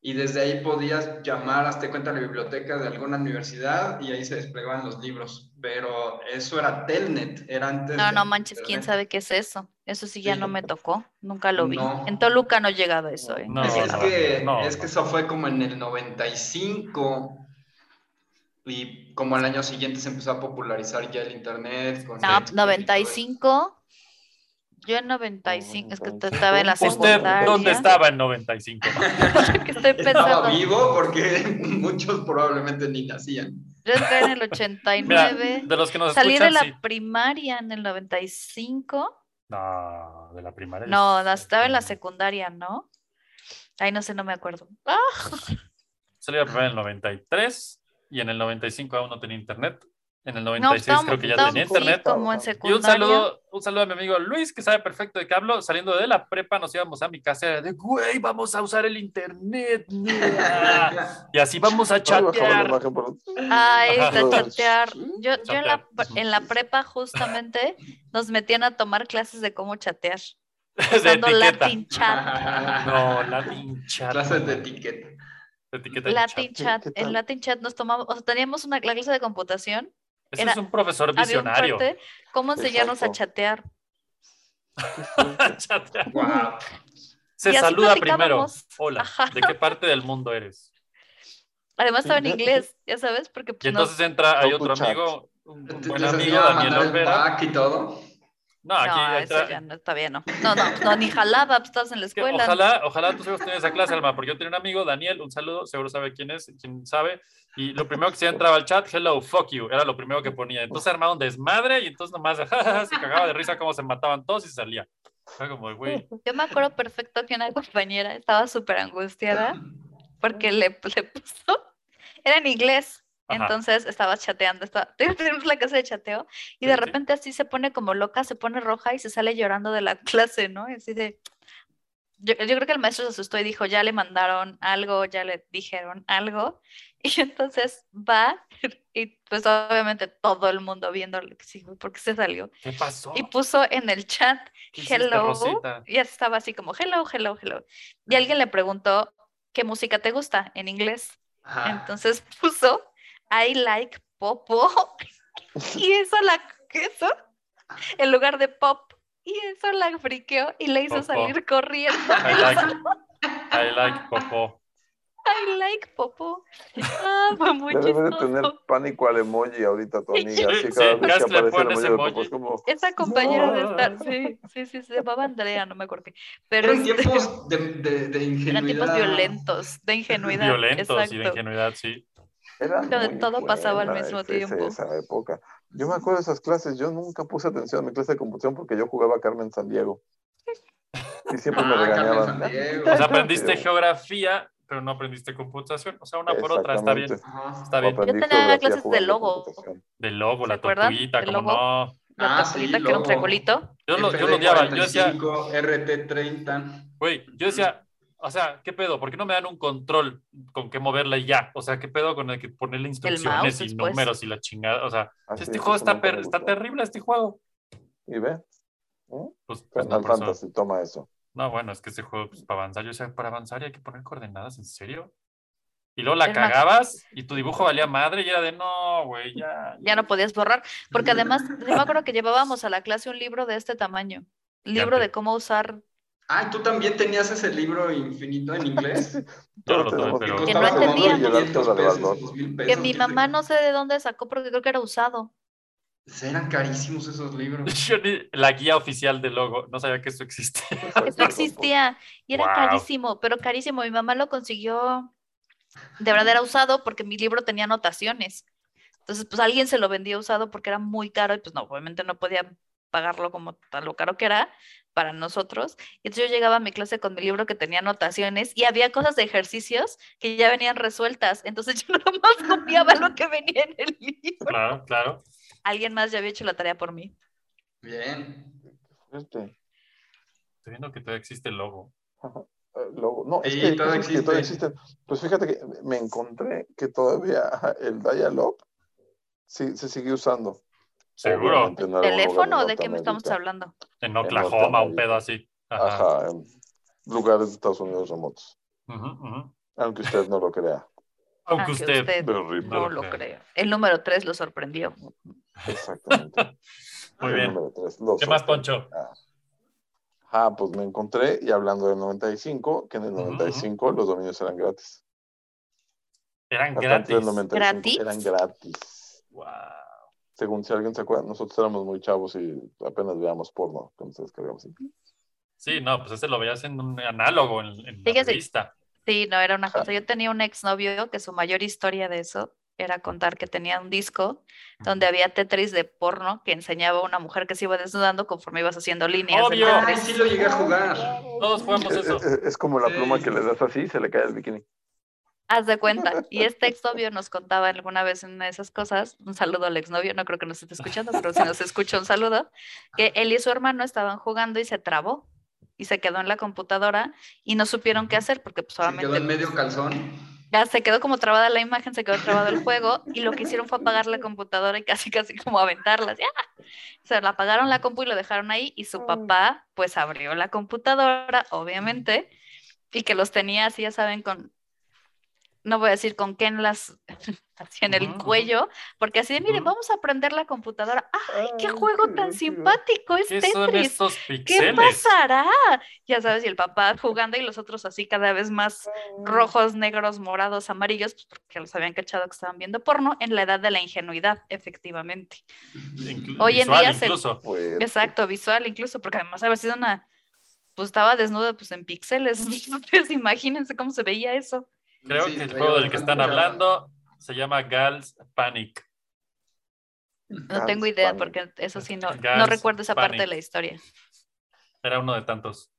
S9: Y desde ahí podías llamar, hazte cuenta, a la biblioteca de alguna universidad y ahí se desplegaban los libros. Pero eso era Telnet, era antes.
S8: No,
S9: del
S8: no manches, quién
S9: Internet.
S8: sabe qué es eso. Eso sí ya
S9: Sí.
S8: no me tocó, nunca lo vi.
S9: No.
S8: En Toluca no he llegado a eso. ¿eh?
S1: No,
S9: es, es que,
S1: no,
S9: es que
S1: no.
S9: eso fue como en el 95 y como al año siguiente se empezó a popularizar ya el internet. Con este
S8: No,
S9: Facebook y todo
S8: 95. Yo en 95, es que t- estaba en la
S7: ¿Usted
S1: ¿Usted
S8: secundaria.
S1: dónde estaba en 95?
S8: que estoy
S9: eso. Estaba
S8: pensando.
S9: vivo porque muchos probablemente ni nacían.
S8: Yo entré en el 89.
S1: De los que nos
S8: Salí de
S1: escuchan,
S8: la
S1: sí.
S8: primaria en el 95.
S1: No, Ah, de la primaria. Este,
S8: No,
S1: yo-
S8: estaba en la secundaria, ¿no? Ay, no sé, no me acuerdo. Ah,
S1: Salí de la primaria en el 93 y en el 95 aún no tenía internet. En el
S8: no,
S1: 96
S8: estábamos,
S1: creo que ya
S8: estábamos,
S1: tenía
S8: sí,
S1: internet.
S8: como
S1: Y
S8: en
S1: un
S8: secundaria.
S1: saludo, un saludo a mi amigo Luis, que sabe perfecto de qué hablo. Saliendo de la prepa, nos íbamos a mi casa. era De, güey, vamos a usar el internet. nea". Y así vamos a
S7: Ay, bajaba la
S1: chatear.
S7: imagen por otro-
S8: Ay,
S1: Ajá.
S8: la chatear. Yo, yo en, la,
S1: Chatear.
S8: pre- en la prepa justamente nos metían a tomar clases de cómo chatear,
S1: de
S8: usando
S1: etiqueta.
S8: Latin Chat.
S1: No, Latin chat.
S9: Clases de etiqueta.
S1: Etiqueta en
S8: Latin
S7: ¿Qué-
S8: Chat.
S7: qué
S8: En
S7: tal?
S8: Latin Chat nos tomamos, o sea, teníamos una la clase de computación,
S1: Ese
S8: era-
S1: es un profesor
S8: había un
S1: visionario.
S8: parte, cómo enseñarnos a
S7: Exacto.
S8: chatear.
S1: Chatea.
S9: Guau.
S1: Se
S8: Y así
S1: saluda primero.
S8: platicábamos.
S1: Hola,
S8: Ajá.
S1: ¿de qué parte del mundo eres?
S8: Además estaba en
S7: Sí.
S8: inglés, ya sabes, porque
S1: Y
S8: pues, no-
S1: entonces entra, hay
S7: Toku
S1: otro
S7: chat.
S1: amigo, un un buen
S9: Les
S1: amigo,
S9: enseñaba a
S1: Daniel
S9: mandar el
S1: Olvera.
S9: pack y todo.
S1: No,
S8: no,
S1: aquí
S8: eso
S1: entra,
S8: ya no, todavía no. No, no, no, ni jalaba, pues, estabas en la
S1: Que
S8: escuela.
S1: Ojalá, ojalá tus hijos tengan esa clase, Alma, porque yo tenía un amigo, Daniel, un saludo, seguro sabe quién es, quién sabe, y lo primero que se entraba al chat, hello, fuck you, era lo primero que ponía. Entonces armaba un desmadre y entonces nomás ja, ja, ja, se cagaba de risa cómo se mataban todos y salía. Era como, güey,
S8: Yo me acuerdo perfecto que una compañera estaba súper angustiada porque le, le puso, era en inglés,
S1: Ajá.
S8: entonces estaba chateando, estaba, tenemos la clase de chateo y de
S1: Sí, sí.
S8: repente así se pone como loca, se pone roja y se sale llorando de la clase, ¿no? Y así de... Yo, yo creo que el maestro se asustó y dijo, ya le mandaron algo, ya le dijeron algo. Y entonces va y pues obviamente todo el mundo viéndole, sí, güey, ¿por qué se salió?
S1: ¿qué pasó?
S8: Y puso en el chat
S1: ¿Qué hiciste,
S8: hello.
S1: Pues Rosita?
S8: y estaba así como hello, hello, hello. Y alguien le preguntó qué música te gusta en inglés.
S9: Ajá.
S1: Ah.
S8: Entonces puso I like popo. Y eso la eso en lugar de pop. Y eso la friqueó y le hizo
S1: Popó.
S8: salir corriendo.
S1: I like, I like Popó.
S8: I like popo. Ah, fue muy
S7: Ya debe de tener
S8: chistoso.
S7: pánico al emoji ahorita tu amiga.
S1: Sí,
S7: Así cada
S1: sí,
S7: vez
S1: casi
S7: que
S1: le
S7: aparece el
S1: pones
S7: emoji, de
S1: emoji.
S7: Popó es como...
S8: Esa compañera de
S1: No.
S8: estar, sí, sí, sí, se llamaba Andrea, no me acordé. Pero
S9: Eran
S8: este,
S9: tiempos de, de, de ingenuidad.
S8: eran tiempos violentos, de ingenuidad.
S1: Violentos y de
S8: exacto.
S1: ingenuidad, sí.
S7: Era
S8: Donde
S7: muy
S8: todo pasaba al
S7: buena
S8: mismo
S7: ese- ese-
S8: tiempo.
S7: Esa época. Yo me acuerdo de esas clases. Yo nunca puse atención a mi clase de computación porque yo jugaba a Carmen San Diego. Y siempre me
S9: Ah, Carmen
S7: regañaban.
S9: San Diego.
S1: O sea, aprendiste geografía, pero no aprendiste computación. O sea, una por otra, está bien.
S9: Ajá.
S1: Está bien.
S7: Aprendí
S8: Yo tenía
S7: geografía
S8: clases de
S7: jugando
S8: logo.
S7: computación.
S1: De logo,
S8: ¿Se
S1: la
S8: acuerdan
S1: tortuguita,
S8: del
S1: como
S8: logo?
S1: no.
S8: La
S9: Ah, sí,
S8: tortuguita que era un
S9: luego.
S8: triangulito.
S1: Yo lo, yo
S9: FD
S1: lo odiaba. Yo decía,
S9: 45, RT30.
S1: Güey, yo decía, o sea, ¿qué pedo? ¿Por qué no me dan un control con qué moverla y ya? O sea, ¿qué pedo con el que ponerle instrucciones
S8: mouse
S1: y
S8: después.
S1: números y la chingada? O sea,
S7: Así
S1: este
S7: es,
S1: juego
S7: eso
S1: está,
S7: nunca me
S1: per- está
S7: gustó.
S1: terrible, este juego.
S7: Y ve,
S1: Pues, pues no,
S7: Final
S1: por eso-
S7: Fantasy toma eso.
S1: no, bueno, es que ese juego, pues, para avanzar, yo decía, para avanzar y hay que poner coordenadas, ¿en serio? Y luego la
S8: Es más-
S1: cagabas y tu dibujo valía madre y era de, no, güey, ya.
S8: Ya no podías borrar. Porque además, yo me acuerdo que llevábamos a la clase un libro de este tamaño. Libro de cómo usar.
S9: Ah, ¿tú también tenías ese libro infinito en inglés?
S1: Yo no lo tuve,
S7: tenemos
S1: pero-
S8: Que no entendía. Que
S9: Que
S8: mi mamá no sé de dónde sacó porque creo que era usado.
S9: "Pues Eran carísimos esos libros.
S1: Yo ni- la guía oficial de logo, no sabía que eso existe.
S8: Eso existía. Y era
S1: Wow.
S8: carísimo, pero carísimo. Mi mamá lo consiguió. De verdad era usado porque mi libro tenía anotaciones. Entonces, pues alguien se lo vendía usado porque era muy caro y pues no, obviamente no podía pagarlo como tan lo caro que era para nosotros. Y entonces yo llegaba a mi clase con mi libro que tenía anotaciones y había cosas de ejercicios que ya venían resueltas. Entonces yo nada más copiaba lo que venía en el libro.
S1: claro, claro.
S8: Alguien más ya había hecho la tarea por mí.
S9: Bien.
S7: Este,
S1: Estoy viendo que todavía existe el logo.
S7: eh, logo. No, es
S9: Sí,
S7: que, hay
S9: todavía
S7: cosas que todavía
S9: existe.
S7: existen. Pues fíjate que me encontré que todavía el dial-up sí, se sigue usando.
S1: Seguro.
S7: Obviamente en algún
S8: ¿Teléfono
S7: lugar
S8: o de qué me estamos
S7: Norteamérica.
S8: hablando?
S1: En Oklahoma, un pedo así. Ajá.
S7: Ajá, en lugares de Estados Unidos remotos.
S1: Ujú, ujú.
S7: Aunque usted no lo crea.
S1: Aunque
S8: Aunque
S1: usted
S8: Ah, usted
S7: Terrible.
S8: No lo creo. El número 3 lo sorprendió.
S7: Exactamente.
S1: Muy
S7: El
S1: bien.
S7: número tres, los
S1: ¿Qué más,
S7: sorprende.
S1: Poncho?
S7: Ah, pues me encontré, y hablando del 95, que en el
S1: Ujú, ujú.
S7: 95 los dominios eran gratis.
S1: Eran
S7: Hasta antes del
S1: gratis.
S7: 95
S8: ¿Gratis?
S7: Eran gratis.
S1: Guau.
S7: Según si alguien se acuerda, nosotros éramos muy chavos y apenas veíamos porno. Entonces cargamos el-
S1: Sí, no, pues ese lo veías en un análogo en, en la
S8: Fíjese.
S1: revista.
S8: Sí, no era una cosa. Yo tenía un exnovio que su mayor historia de eso era contar que tenía un disco donde había Tetris de porno que enseñaba a una mujer que se iba desnudando conforme ibas haciendo líneas. del
S1: Obvio.
S8: Tetris.
S9: Ay, sí lo llegué a jugar.
S1: Todos jugamos
S7: Eh,
S1: eso.
S7: eh, Es como la
S9: Sí.
S7: pluma que le das así y se le cae el bikini.
S8: Haz de cuenta. Y este exnovio nos contaba alguna vez en una de esas cosas, un saludo al exnovio, no creo que nos esté escuchando, pero si nos escucha un saludo, que él y su hermano estaban jugando y se trabó y se quedó en la computadora y no supieron qué hacer porque pues
S9: Se quedó
S8: solamente
S9: en medio calzón.
S8: Ya se quedó como trabada la imagen, se quedó trabado el juego y lo que hicieron fue apagar la computadora y casi casi como aventarlas. ¡Ya! O sea, la apagaron la compu y lo dejaron ahí y
S7: Mm.
S8: su papá pues abrió la computadora, obviamente, y que los tenía así, ya saben, con no voy a decir con qué en las así en el
S1: Ujú.
S8: cuello, porque así de, miren,
S1: Ujú.
S8: vamos a prender la computadora. ¡Ay, qué
S7: Ay,
S8: juego
S7: qué
S8: tan
S7: divertido.
S8: simpático es
S1: ¿Qué son
S8: Tetris!
S1: estos
S8: ¿Qué
S1: pixeles?
S8: pasará? Ya sabes, y el papá jugando y los otros así cada vez más rojos, negros, morados, amarillos, pues porque los habían cachado que estaban viendo porno en la edad de la ingenuidad, efectivamente.
S1: Inclu-
S8: Hoy en
S1: visual
S8: día se-
S1: incluso.
S7: Pues,
S8: Exacto, visual incluso, porque además haber sido una, pues estaba desnuda pues en píxeles, entonces imagínense cómo se veía eso.
S1: Creo
S9: Sí,
S1: que el
S9: traía
S1: juego del que están
S9: bastante-
S1: hablando se llama Gals Panic.
S8: No tengo
S7: Gans
S8: idea,
S7: Panic.
S8: porque eso sí no, no
S1: Gans
S8: recuerdo esa parte de
S1: Panic.
S8: la historia.
S1: Era uno de tantos.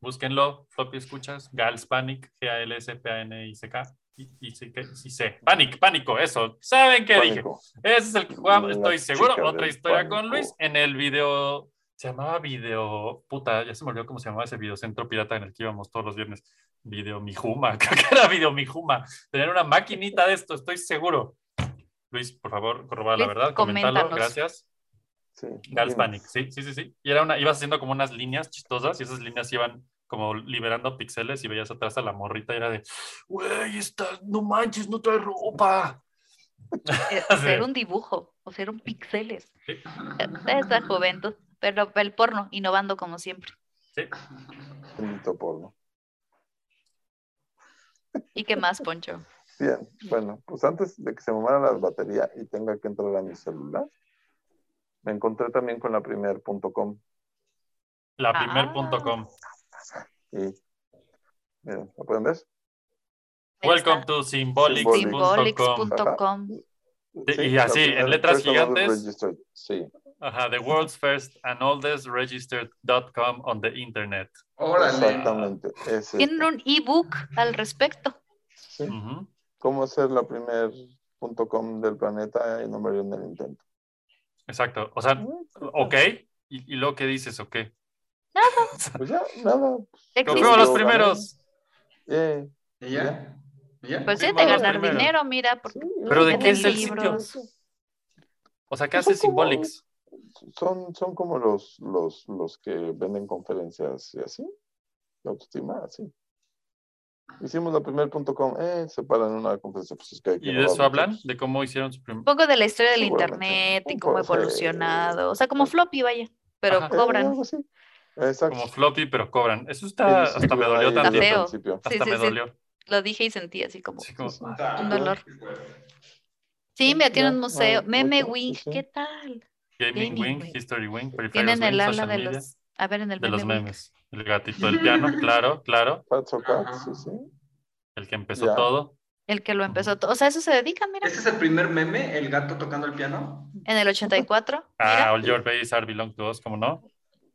S1: Búsquenlo, Floppy Escuchas, Gals Panic, G-A-L-S-P-A-N-I-C-K. Y, y, C- K- y C. Panic, pánico, eso. ¿Saben qué dije?
S7: pánico.
S1: Ese es el que jugaba,
S7: Las
S1: estoy seguro.
S7: chicas
S1: Otra
S7: del
S1: historia con
S7: pánico.
S1: Luis en el video. Se llamaba video. Puta, ya se me olvidó cómo se llamaba ese video centro pirata en el que íbamos todos los viernes. Video Mijuma, creo que era Video Mijuma. Tenían una maquinita de esto, estoy seguro. Luis, por favor, corroba la
S8: Luis,
S1: verdad, comentalo,
S8: coméntanos.
S1: gracias.
S7: Sí,
S1: Gals
S7: dinos.
S1: Panic, sí, sí, sí, sí. Y era una, ibas haciendo como unas líneas chistosas y esas líneas iban como liberando píxeles y veías atrás a la morrita y era de, güey, esta- no manches, no trae ropa.
S8: Eh,
S1: Sí.
S8: Ser un dibujo, o ser un píxeles. Eh, de Esa juventud, pero el porno, innovando como siempre.
S7: Bendito porno.
S8: ¿Y qué más, Poncho?
S7: Bien, bueno, pues antes de que se me muera la batería y tenga que entrar a mi celular, me encontré también con la primer.com
S1: La
S8: Ah.
S1: primer.com.
S7: y miren, ¿lo pueden ver?
S8: Ahí
S1: Welcome
S8: está,
S1: to
S7: Symbolics.
S1: symbolics.com.
S8: symbolics.com.
S1: Sí, y así,
S7: la
S1: en
S7: primera
S1: letras
S7: person order
S1: gigantes.
S7: registered, Sí,
S1: Ajá, the world's first and oldest registered.com on the internet.
S9: Órale.
S7: exactamente. ese.
S8: Tienen un ebook al respecto.
S7: Sí,
S1: Ujú.
S7: ¿Cómo ser la primer.com del planeta y no morir en el intento?
S1: Exacto. O sea, ok. ¿Y, y luego qué dices? Ok.
S7: Pues ya, nada. eh,
S1: Yo
S8: Existe.
S1: creo los
S7: yo gané.
S1: primeros.
S7: Yay.
S9: ¿Y ya? ¿Y ya?
S8: Pues sí,
S1: Fuimos
S8: de
S1: los
S8: ganar
S1: primeros.
S8: dinero, mira, porque
S7: Sí, eh,
S1: Pero ¿de
S7: es
S1: qué
S8: venden
S1: es el sitio?
S8: libros.
S1: O sea, ¿qué
S7: Son
S1: hace
S7: como-
S1: Symbolics?
S7: Son, son como los, los, los que venden conferencias y así. La autoestima, así. Hicimos la primer.com, eh, se paran en una conferencia. Pues es que Eh, aquí
S1: ¿Y
S7: no
S1: de
S7: va
S1: eso
S7: a-
S1: hablan? ¿De cómo hicieron su
S8: Un
S1: primer...
S8: poco de la historia del
S7: Seguramente.
S8: internet y
S7: Un
S8: cómo ha
S7: poco de-
S8: evolucionado. O sea, como floppy, vaya, pero
S1: pues, eh, Ajá.
S7: Eh,
S8: cobran.
S7: algo así. Exacto.
S1: Como floppy, pero cobran. Eso está...
S7: Ellos
S1: Hasta me
S7: estuvieron
S1: dolió
S7: ahí
S8: Está
S1: tantito.
S7: desde el
S8: feo.
S7: principio.
S8: Sí,
S1: Hasta
S8: sí,
S1: me
S8: sí.
S1: dolió.
S8: Lo dije y sentí así como
S1: Sí, como, ah,
S8: un dolor. Sí,
S7: Sí,
S8: mira, tienen
S7: ya,
S8: un museo.
S7: bueno,
S8: Meme
S7: mucho,
S8: Wing,
S7: sí, sí.
S8: ¿qué tal?
S1: Gaming
S8: Gaming
S1: Wing,
S8: Wing.
S1: History Wing, Peripherals
S8: Tienen el
S1: Wing,
S8: ala
S1: Social
S8: de
S1: Media,
S8: los. A ver, en el
S1: de
S8: meme
S1: los
S8: Wing.
S1: memes. El gatito del piano, claro, claro.
S7: Cats or cats,
S9: Ajá.
S7: sí, sí.
S1: El que empezó
S7: Ya.
S1: todo.
S8: El que lo empezó
S1: Ujú.
S8: todo. O sea, eso se dedica, mira.
S9: ¿Ese es el primer meme? ¿El gato tocando el piano?
S8: En el 84.
S1: Ah,
S8: Mira.
S1: All Your Babies Are Belong to Us, ¿cómo no?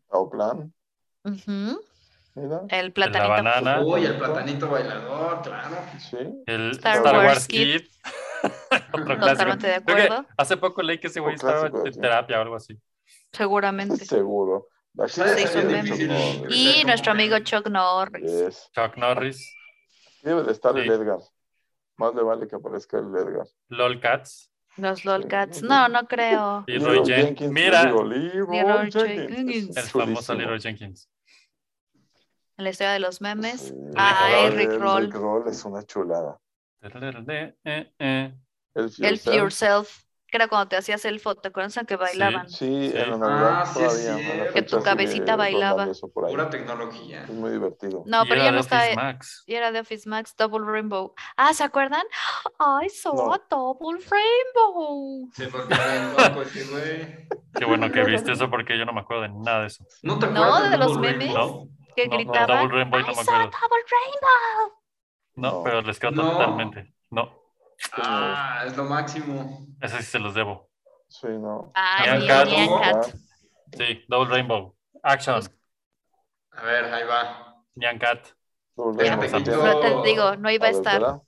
S7: Tao plan,
S8: Ujú,
S7: mira.
S8: El
S1: De La
S8: platanito.
S1: Banana,
S9: Uy, el platanito bailador, claro.
S7: Sí.
S1: el Star,
S8: Star
S1: Wars,
S8: Wars
S1: Kid. Otro clásico.
S8: Totalmente de
S1: Creo que
S8: acuerdo.
S1: hace poco leí que ese güey
S7: Un
S1: estaba
S7: clásico,
S1: en
S7: sí.
S1: terapia o algo así.
S8: Seguramente.
S7: Seguro. La
S9: Sí,
S7: gente
S8: sí,
S7: está
S8: son
S7: bien
S8: memes.
S7: chingona,
S9: Y-
S8: Y pues. nuestro amigo Chuck Norris.
S7: yes.
S1: Chuck Norris,
S7: Debe de estar
S1: Sí.
S7: el Edgar. Más le vale que aparezca el Edgar.
S1: Lolcats
S8: Los Lolcats. No, no creo.
S1: y Roy Jen- Mira,
S7: digo, Leroy
S8: Leroy
S7: Jenkins.
S8: Jenkins.
S1: el
S7: Es
S1: famoso
S7: chulísimo.
S1: Leroy Jenkins.
S8: En la historia de los memes.
S7: Sí.
S8: Ay,
S1: Roll.
S8: Rick Ah, Roll.
S7: Rick Roll es una chulada.
S1: Eh, eh, eh.
S7: El Fierce.
S8: El Pure Self, que era cuando te hacías el foto, ¿te acuerdas que bailaban?
S1: Sí.
S7: Sí, en la Navidad
S9: Ah, sí,
S7: todavía.
S9: sí.
S7: a la
S9: Que
S7: fecha
S9: tu
S7: sigue
S8: cabecita bailaba.
S7: rondando eso por ahí.
S9: Pura tecnología.
S7: Es muy divertido.
S8: No,
S1: Y
S8: pero
S1: era de
S8: ya no
S1: Office
S8: está. e-, Y
S1: Max.
S8: era de Office Max, Double Rainbow. Ah, ¿se acuerdan? I saw
S7: No.
S8: a Double Rainbow.
S9: Se volvió bien loco ese güey.
S1: Qué bueno que viste eso porque yo no me acuerdo de nada de eso.
S9: ¿No te
S8: No,
S9: acuerdas
S8: de los
S9: Double
S8: memes.
S9: Rainbow?
S8: Que
S1: No, no,
S8: gritaban.
S1: Double Rainbow,
S8: I
S1: no me
S8: saw a
S1: acuerdo.
S8: Double Rainbow.
S1: No,
S7: No.
S1: pero les canto
S9: No.
S1: totalmente. No,
S9: Ah, es lo máximo.
S1: ese sí se los debo.
S7: Sí, no.
S8: Ah,
S1: Nyan
S8: sí,
S1: Cat.
S8: Nyan Cat.
S1: Sí, Double Rainbow. Action.
S9: A ver, ahí va.
S1: Nyan Cat.
S7: Doble
S8: Ya.
S7: Rainbow.
S9: Perfecto.
S8: Pero te digo, no iba a
S7: ver,
S8: estar.
S7: espera.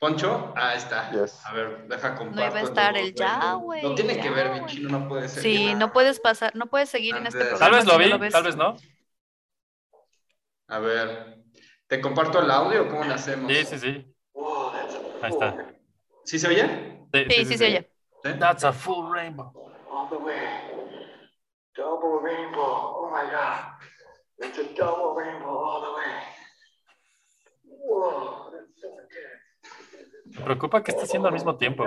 S9: Poncho, ah, está.
S7: Yes.
S9: A ver, deja comparto.
S8: iba a estar
S9: Double
S8: el
S9: Rainbow.
S8: Yahweh,
S9: No tiene que ver,
S8: Yahweh.
S9: Vinchino, no puede ser.
S8: Sí, no puedes pasar, no puedes seguir en este
S9: Tal
S8: programa.
S1: Tal vez
S8: si
S1: lo
S8: no
S1: vi,
S8: ves.
S1: tal vez no.
S9: A ver, ¿te comparto el audio o cómo lo hacemos?
S1: Sí, sí, sí. Ahí está.
S9: ¿Sí se oye?
S8: Sí, sí, se oye.
S9: ¿Sí?
S1: That's a full rainbow.
S10: all the way. Double rainbow. Oh my God. It's a double rainbow all the way. Whoa, that's so intense.
S1: preocupa que esté haciendo al mismo tiempo.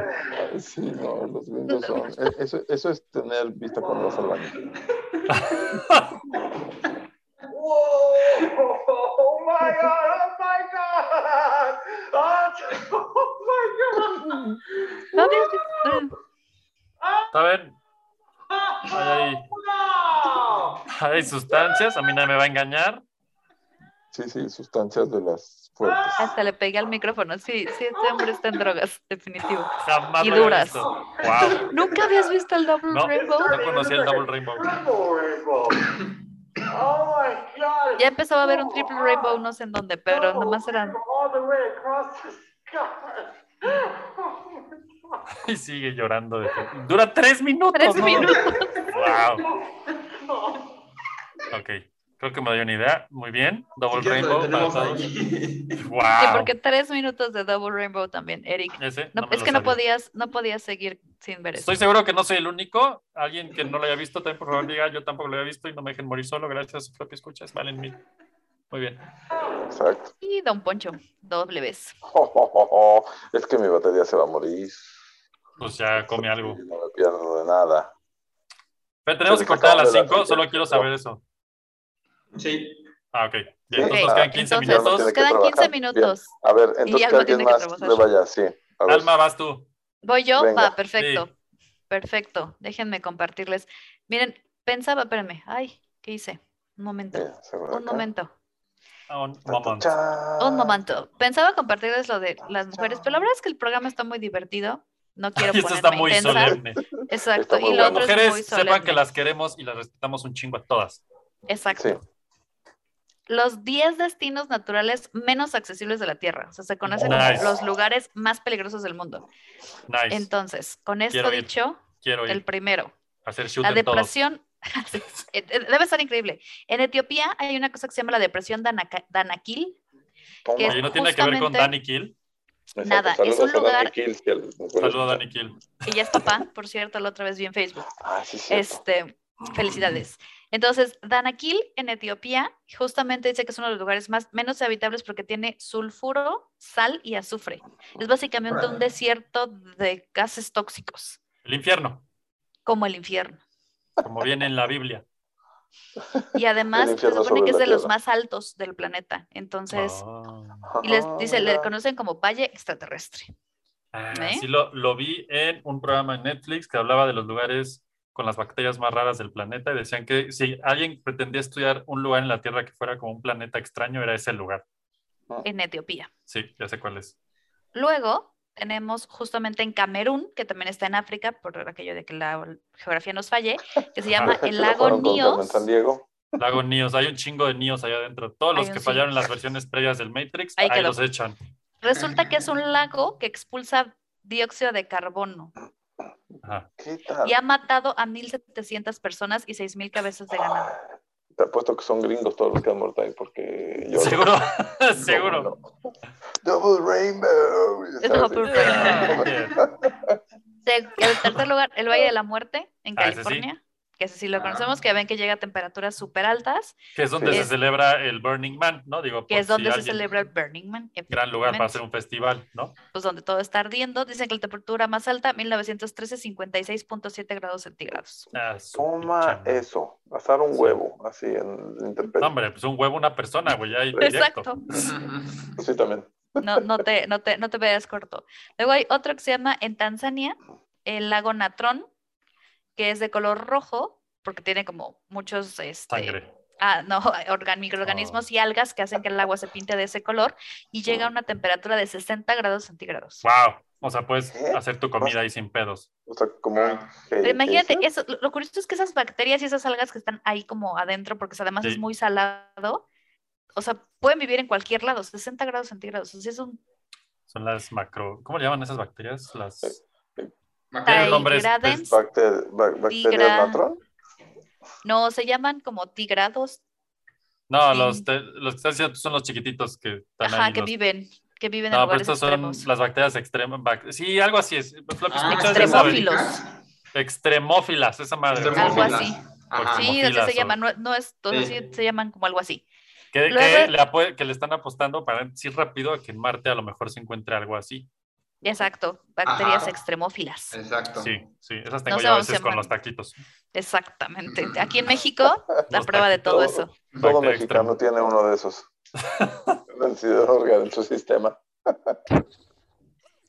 S7: Sí, no, los gringos son. e- Eso, eso es tener vista con los albañiles.
S10: Whoa! Oh my god! Oh my god! Oh, my god!
S8: No, Dios, Dios. Mm.
S1: Está bien, hay,
S10: No!
S1: hay- hay sustancias, a mí nadie me va a engañar.
S7: Sí, sí, sustancias de las fuertes.
S8: Hasta le pegué al micrófono. Sí, sí, este hombre está en drogas, definitivo.
S1: Jamás
S8: Y
S1: lo había
S8: duras.
S1: visto. Wow.
S8: ¿Nunca habías visto el Double
S1: No,
S8: Rainbow?
S1: no conocía el Double Rainbow.
S10: Rainbow, rainbow! Oh my god!
S8: Ya empezaba a haber un Triple Rainbow, no sé en dónde, pero
S10: Double
S8: nomás eran.
S10: rainbow All the way across the sky! Oh my god!
S1: Y sigue llorando. de que- Dura tres minutos.
S8: Tres
S1: ¿no?
S8: minutos.
S1: Wow. Ok, creo que me dio una idea. Muy bien. Double
S9: Si quieres, lo
S1: Rainbow para
S9: detenemos
S1: todos.
S9: ahí.
S1: Wow.
S8: Sí, porque tres minutos de Double Rainbow también, Eric.
S1: Ese
S8: No,
S1: no me
S8: es
S1: lo
S8: que no
S1: sabía.
S8: podías, no podías seguir sin ver eso.
S1: Estoy seguro que no soy el único. Alguien que no lo haya visto, también por favor diga, yo tampoco lo había visto y no me dejen morir solo. Gracias a sus propias escuchas. Valen mil. Muy bien.
S7: Exacto.
S8: Y Don Poncho, doble vez.
S7: Es que mi batería se va a morir.
S1: Pues ya come algo.
S7: Y No me pierdo de nada.
S1: Pero tenemos que cortar a las 5, solo quiero saber eso.
S9: Sí.
S1: Ah, ok. Bien,
S7: Ok,
S1: entonces nos quedan 15
S8: Entonces,
S1: minutos.
S7: tiene que
S8: quedan 15
S7: trabajar.
S8: minutos.
S7: A ver, entonces que
S8: Alma
S7: alguien
S8: tiene que
S7: más
S8: trabajar.
S7: le vaya así. A ver.
S1: Alma, vas tú.
S8: ¿Voy yo?
S7: Venga.
S8: Va, perfecto. Perfecto. Déjenme compartirles. Miren, pensaba, espérenme. Ay, ¿qué hice? Un momento.
S7: Mira, se va
S8: Un
S7: acá.
S8: momento.
S1: Ah, un
S7: Tan, tan,
S1: momento.
S7: chan.
S8: Un momento. Pensaba compartirles lo de las
S7: Ah,
S8: mujeres, pero la verdad es que el programa está muy divertido. No quiero
S1: Y esto
S8: ponerme
S1: está muy
S8: intensa.
S1: solemne.
S8: Exacto.
S7: Está
S8: Y
S7: muy
S8: lo
S7: bueno.
S8: otro es muy
S1: Mujeres,
S8: solemne.
S1: sepan que las queremos y las respetamos un chingo a todas.
S8: Exacto.
S7: Sí.
S8: Los 10 destinos naturales menos accesibles de la Tierra. O sea, se conocen
S1: Nice.
S8: como los lugares más peligrosos del mundo.
S1: Nice.
S8: Entonces, con esto
S1: Quiero ir.
S8: dicho,
S1: Quiero ir
S8: el primero,
S1: a hacer shoot
S8: la
S1: en todos.
S8: depresión. Eh, eh, Debe estar increíble. En Etiopía hay una cosa que se llama la depresión Danaka- Danakil,
S7: Toma.
S8: que es-
S1: Oye, no tiene que ver con
S8: justamente-
S1: Danny Kill.
S7: Exacto.
S8: nada, es
S7: Saludos
S8: un
S7: a Dani
S8: lugar-
S7: Kills, que nos conoce.
S1: Saludos a Danny Kill.
S8: y ya es papá, por cierto, la otra vez vi en Facebook.
S7: Ah, sí, sí.
S8: Este, felicidades. Entonces, Danakil en Etiopía justamente dice que es uno de los lugares más menos habitables porque tiene sulfuro, sal y azufre. Es básicamente un
S9: Órale.
S8: desierto de gases tóxicos,
S1: El infierno,
S8: como el infierno.
S1: como viene en la Biblia.
S8: Y además se
S7: infierno
S8: supone
S7: sobre
S8: que es
S7: la
S8: de los
S7: tierra.
S8: más altos del planeta. Entonces,
S1: Ah.
S8: y les dice, le conocen como valle extraterrestre.
S1: Ah,
S8: ¿Eh?
S1: sí, lo, lo vi en un programa en Netflix que hablaba de los lugares con las bacterias más raras del planeta y decían que si alguien pretendía estudiar un lugar en la Tierra que fuera como un planeta extraño, era ese lugar.
S8: En Etiopía.
S1: Sí, ya sé cuál es.
S8: Luego tenemos justamente en Camerún, que también está en África, por aquello de que la geografía nos falle, que se llama
S7: Se
S8: el
S7: la
S8: lago
S7: fueron con Carmen
S8: Níos.
S7: San Diego.
S1: Lago Nios, hay un chingo de Nios allá adentro. Todos los
S8: Hay
S1: que
S8: un
S1: fallaron en las versiones previas del Matrix,
S8: Ahí
S1: ahí,
S8: quedó.
S1: los echan.
S8: Resulta que es un lago que expulsa dióxido de carbono
S1: Ajá.
S7: ¿Qué
S1: Ah.
S7: tal?
S8: y ha matado a 1.700 personas y 6.000 cabezas de ganado.
S7: Te apuesto que son gringos todos los que han muerto ahí porque yo.
S1: Seguro,
S7: No,
S1: seguro.
S7: no. Double Rainbow. y estaba así.
S8: Double
S1: Ah, bien.
S8: De- el tercer lugar, el Valle de la Muerte, en
S1: Ah, ese sí. Ah.
S8: California, que ese sí lo conocemos, que ven que llega a temperaturas súper altas,
S1: que es donde
S7: Sí.
S1: se celebra el Burning Man, ¿no? Digo,
S8: que
S1: por
S8: es donde
S1: si
S8: se
S1: Pues alguien-
S8: celebra el Burning Man.
S1: Gran lugar para
S8: efectivamente.
S1: hacer un festival, ¿no?
S8: pues donde todo está ardiendo. Dicen que la temperatura más alta, 1913, 56.7 grados centígrados.
S1: Ah, su
S7: Toma
S1: pinche madre.
S7: eso. Asar un huevo. Así en la
S1: No,
S7: intemperie.
S1: hombre, pues un huevo, una persona, güey, ahí directo.
S8: Exacto.
S7: Sí, también.
S8: No, no, te, no, te, no te veas corto. Luego hay otro que se llama en Tanzania, el lago Natrón, que es de color rojo, porque tiene como muchos este,
S1: Sangre. Ah.
S8: Ah, no, organ- microorganismos y algas que hacen que el agua se pinte de ese color y llega a una temperatura de 60 grados centígrados.
S1: Wow. O sea, puedes
S7: ¿Qué? Pues
S1: hacer tu comida ahí sin pedos.
S7: O sea, como un.
S8: Pero imagínate, eso, lo, lo curioso es que esas bacterias y esas algas que están ahí como adentro, porque además es
S1: Sí.
S8: muy salado, o sea, pueden vivir en cualquier lado, 60 grados centígrados. O sea, es un
S1: Son las macro. ¿Cómo le llaman esas bacterias? Las.
S9: Macana.
S1: Tienen nombres, pues,
S8: Tigradense.
S7: Bacter, ba- ¿Bacterias
S8: Tigra.
S7: natrón?
S8: No, se llaman como tigrados,
S1: No,
S8: Sí.
S1: los, te- los que estás diciendo tú son los chiquititos que están
S8: ajá,
S1: ahí.
S8: que
S1: los-
S8: viven, que viven en
S1: No, pero
S8: lugares
S1: estas son
S8: extremos.
S1: las bacterias extremas. bac- Sí, algo así es. Floppy,
S9: Ah,
S1: escuchas, ya sabes.
S8: extremófilos.
S1: Extremófilas, esa madre.
S8: Algo así.
S9: Ajá.
S1: Sí.
S8: Sí, así
S1: mofilas
S8: se
S1: o-
S8: llaman, no, no es, o sea,
S9: Sí.
S8: sí se llaman como algo así.
S1: Que,
S8: Luego-
S1: que le apu- que le están apostando para decir rápido a que en Marte a lo mejor se encuentre algo así.
S8: Exacto, bacterias
S9: Ajá.
S8: extremófilas.
S9: Exacto.
S1: Sí, sí, esas tengo
S8: No se
S1: yo a veces
S8: van, se
S1: con
S8: van.
S1: los taquitos.
S8: Exactamente. Aquí en México, la
S1: Los
S8: prueba de todo
S7: taquitos.
S8: eso.
S7: Todo
S1: Bacteria
S7: mexicano
S1: extrema.
S7: tiene uno de esos. Vencido orgánico en su sistema.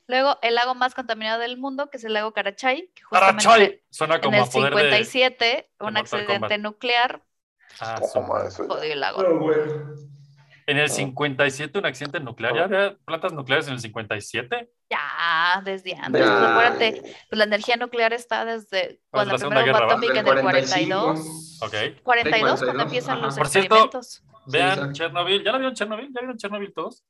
S8: Luego, el lago más contaminado del mundo, que es el lago Karachay, que justamente
S1: ¡Carachay! Suena
S8: en
S1: como
S8: el
S1: a poder de...
S8: 57, un
S1: Mortal
S8: accidente
S1: Kombat.
S8: nuclear,
S1: Ah, su
S7: Ojo,
S1: madre.
S7: eso ya.
S8: jodió el lago.
S9: No, bueno.
S1: En el 57, un accidente nuclear. ¿Ya había plantas nucleares en el 57?
S8: Ya, desde antes.
S9: Ya.
S8: Pues acuérdate, pues la energía nuclear está desde
S1: Pues la
S8: cuando la
S1: Segunda
S8: primera
S1: Guerra,
S8: bomba
S1: ¿va?
S8: atómica en
S9: Del
S8: el 42.
S9: 45.
S1: Ok.
S8: 42
S9: Del
S8: cuando
S9: 42,
S8: empiezan
S9: ajá.
S8: los
S1: Por cierto,
S8: experimentos.
S1: Vean
S9: exacto.
S1: Chernobyl. ¿Ya la vieron Chernobyl? ¿Ya vieron Chernobyl todos?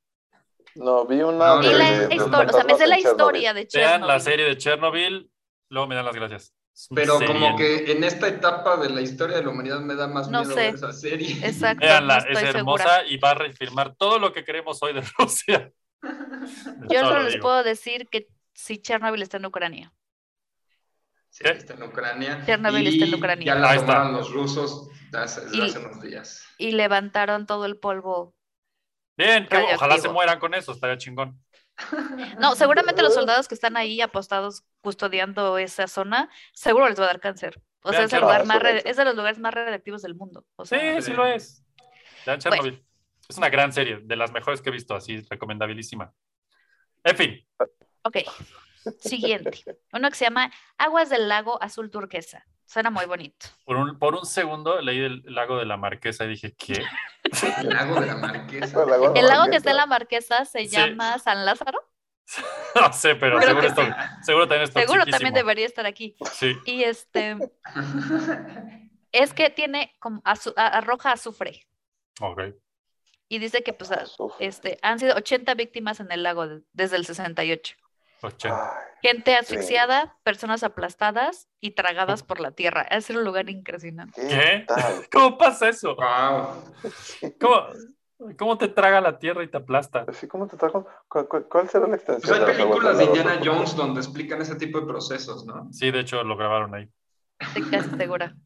S7: No, vi una.
S9: eh, No,
S8: Y
S9: de-
S8: la
S9: de- de
S8: historia, o sea, me sé la
S7: fantasmas en Chernobyl.
S8: historia de
S1: Vean
S8: Chernobyl.
S1: la serie de Chernobyl. Luego me dan las gracias. Es un
S9: Pero como
S1: serial.
S9: que en esta etapa de la historia de la humanidad me da más
S8: No
S9: miedo
S8: sé.
S9: ver esa serie.
S8: Exacto,
S1: Véanla,
S8: no estoy
S1: es hermosa
S8: segura.
S1: y va a reafirmar todo lo que queremos hoy de Rusia.
S8: Yo
S1: Solo
S8: solo
S1: lo
S8: les
S1: digo.
S8: puedo decir que si Chernobyl está en Ucrania.
S9: Sí,
S1: ¿Qué?
S9: está en Ucrania.
S8: Chernobyl
S9: Y
S8: está en Ucrania.
S9: Ya la
S1: ¿Eh? Ahí está.
S9: tomaron los rusos hace,
S8: Y-
S9: hace unos días.
S8: Y levantaron todo el polvo.
S1: Bien, qué- ojalá
S8: Radioactivo.
S1: se mueran con eso, estaría chingón.
S8: No, seguramente los soldados que están ahí apostados custodiando esa zona, seguro les va a dar cáncer. O sea,
S1: Vean
S8: es, el
S1: Chernobyl.
S8: lugar más re- es de los lugares más radiactivos del mundo. O
S1: Sí,
S8: sea,
S1: sí, lo es. Vean Chernobyl. Es una gran serie, de las mejores que he visto, así, recomendabilísima. En fin,
S8: ok. Siguiente. Uno que se llama Aguas del Lago Azul Turquesa. Suena muy bonito.
S1: por un, por un segundo leí el lago de la Marquesa y dije, ¿qué?
S9: El lago de la Marquesa.
S7: El lago de
S8: El lago que
S7: Marquesa.
S8: está en la Marquesa se
S1: Sí.
S8: llama San Lázaro.
S1: No sé, pero
S8: Creo
S1: seguro,
S8: que
S1: esto, seguro también está
S8: Seguro
S1: chiquísimo.
S8: también debería estar aquí.
S1: Sí,
S8: Y este, es que tiene como azu- a- arroja azufre.
S1: ok.
S8: Y dice que pues, a-
S7: Uf.
S8: este, han sido 80 víctimas en el lago de- desde el 68. Ah.
S1: Ochenta.
S7: Ay,
S8: Gente asfixiada, personas aplastadas y tragadas por la tierra. Es un lugar impresionante.
S1: ¿Qué?
S7: ¿Qué? tal?
S1: ¿Cómo pasa eso?
S9: wow.
S1: ¿Cómo, cómo te traga la tierra y te aplasta?
S7: Así como Pues te trajo. ¿Cuál, cuál, cuál será la
S9: Pues
S7: extensión?
S9: hay
S7: las aguas
S9: películas de
S7: lago?
S9: Indiana Jones donde explican ese tipo de procesos, ¿no?
S1: Sí, de hecho lo grabaron ahí.
S8: Estoy casi segura.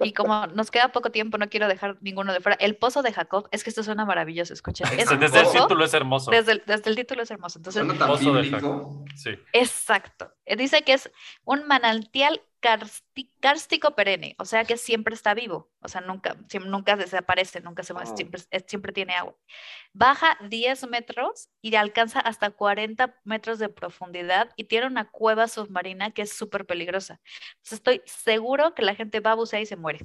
S8: Y como nos queda poco tiempo, no quiero dejar ninguno de fuera. El pozo de Jacob, es que esto suena maravilloso, escuchen. Es
S1: Desde
S8: un
S1: desde el
S8: pozo,
S1: título es hermoso.
S8: desde el- desde el título es hermoso. Entonces,
S9: Suena tan
S1: Oso de
S9: bíblico.
S1: Sí.
S8: Exacto. Eh, Dice que es un manantial carsti- cárstico perenne, o sea que siempre está vivo, o sea, nunca, siem- nunca desaparece, nunca se muere,
S7: Ah.
S8: siempre, eh, siempre tiene agua. Baja 10 metros y alcanza hasta 40 metros de profundidad y tiene una cueva submarina que es súper peligrosa. Entonces, estoy seguro que la gente va a bucear y se muere.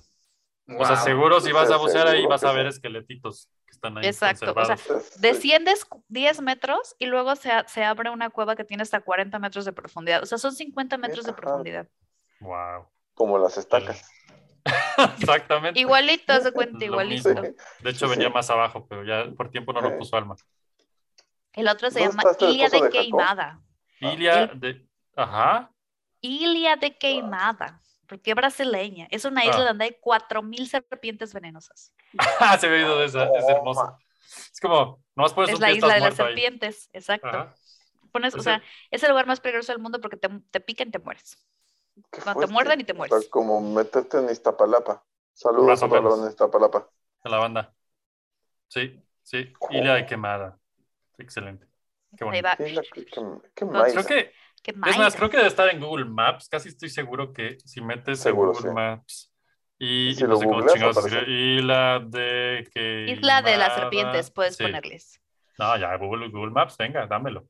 S1: O sea,
S9: Wow.
S1: seguro si vas a
S7: Sí,
S1: bucear ahí
S7: seguro
S1: vas
S7: que
S1: a
S7: sí.
S1: ver esqueletitos que están ahí
S8: Exacto, o sea,
S1: conservados.
S7: Entonces,
S8: Desciendes cu- 10 metros y luego se, a- se abre una cueva que tiene hasta 40 metros de profundidad, o sea, son 50 metros de
S7: Ajá.
S8: profundidad.
S1: Wow.
S7: Como las estacas.
S1: Exactamente.
S8: Igualito, haz de cuenta,
S1: Lo mismo.
S8: igualito.
S1: Sí. De hecho venía
S7: Sí. Eh, ah.
S1: más abajo, pero ya por tiempo no lo
S7: Ok.
S1: puso Alma.
S8: El otro se
S7: ¿Dónde
S8: llama
S7: está este del
S8: Ilia
S7: Pozo
S8: de
S7: de Jacob?
S8: Queimada.
S1: Ilia de Ajá.
S8: Ilia
S7: Ah.
S8: de Queimada. Porque brasileña. Es una isla
S1: Ah.
S8: donde hay 4.000 serpientes venenosas.
S1: se me ha ido de esa, es
S7: Oh,
S1: hermosa. Es como nomás pones
S8: Es
S1: un
S8: la
S1: pie
S8: isla
S1: estás
S8: de las
S1: muerto ahí.
S8: serpientes. Exacto.
S1: Ajá.
S8: Pones, o
S1: Pues
S8: sea,
S1: sí.
S8: es el lugar más peligroso del mundo porque te, te pican y te mueres.
S7: Qué
S8: Cuando te
S7: fuerte.
S8: muerden y te
S7: O sea,
S8: mueres.
S7: como meterte en Iztapalapa. Saludos
S1: Más o
S7: a Pablo
S1: menos.
S7: en Iztapalapa.
S1: De la banda. Sí, sí,
S7: Oh.
S1: Ilia de quemada. Excelente. Qué
S8: Ahí
S1: bonito.
S8: va.
S7: Sí, la- qué- qué- qué
S8: Entonces,
S1: Creo
S7: maíz.
S1: que
S8: Qué
S1: Es más,
S8: maíz.
S1: creo que debe estar en Google Maps. Casi estoy seguro que si metes en
S7: Seguro,
S1: Google
S7: sí.
S1: Maps y,
S7: Y si
S1: y no
S7: lo
S1: sé cómo
S7: googleas,
S1: chingados
S7: aparece.
S1: escribe, isla de que
S8: Isla de las serpientes, puedes ponerles.
S1: No, ya Google, Google Maps, venga, dámelo.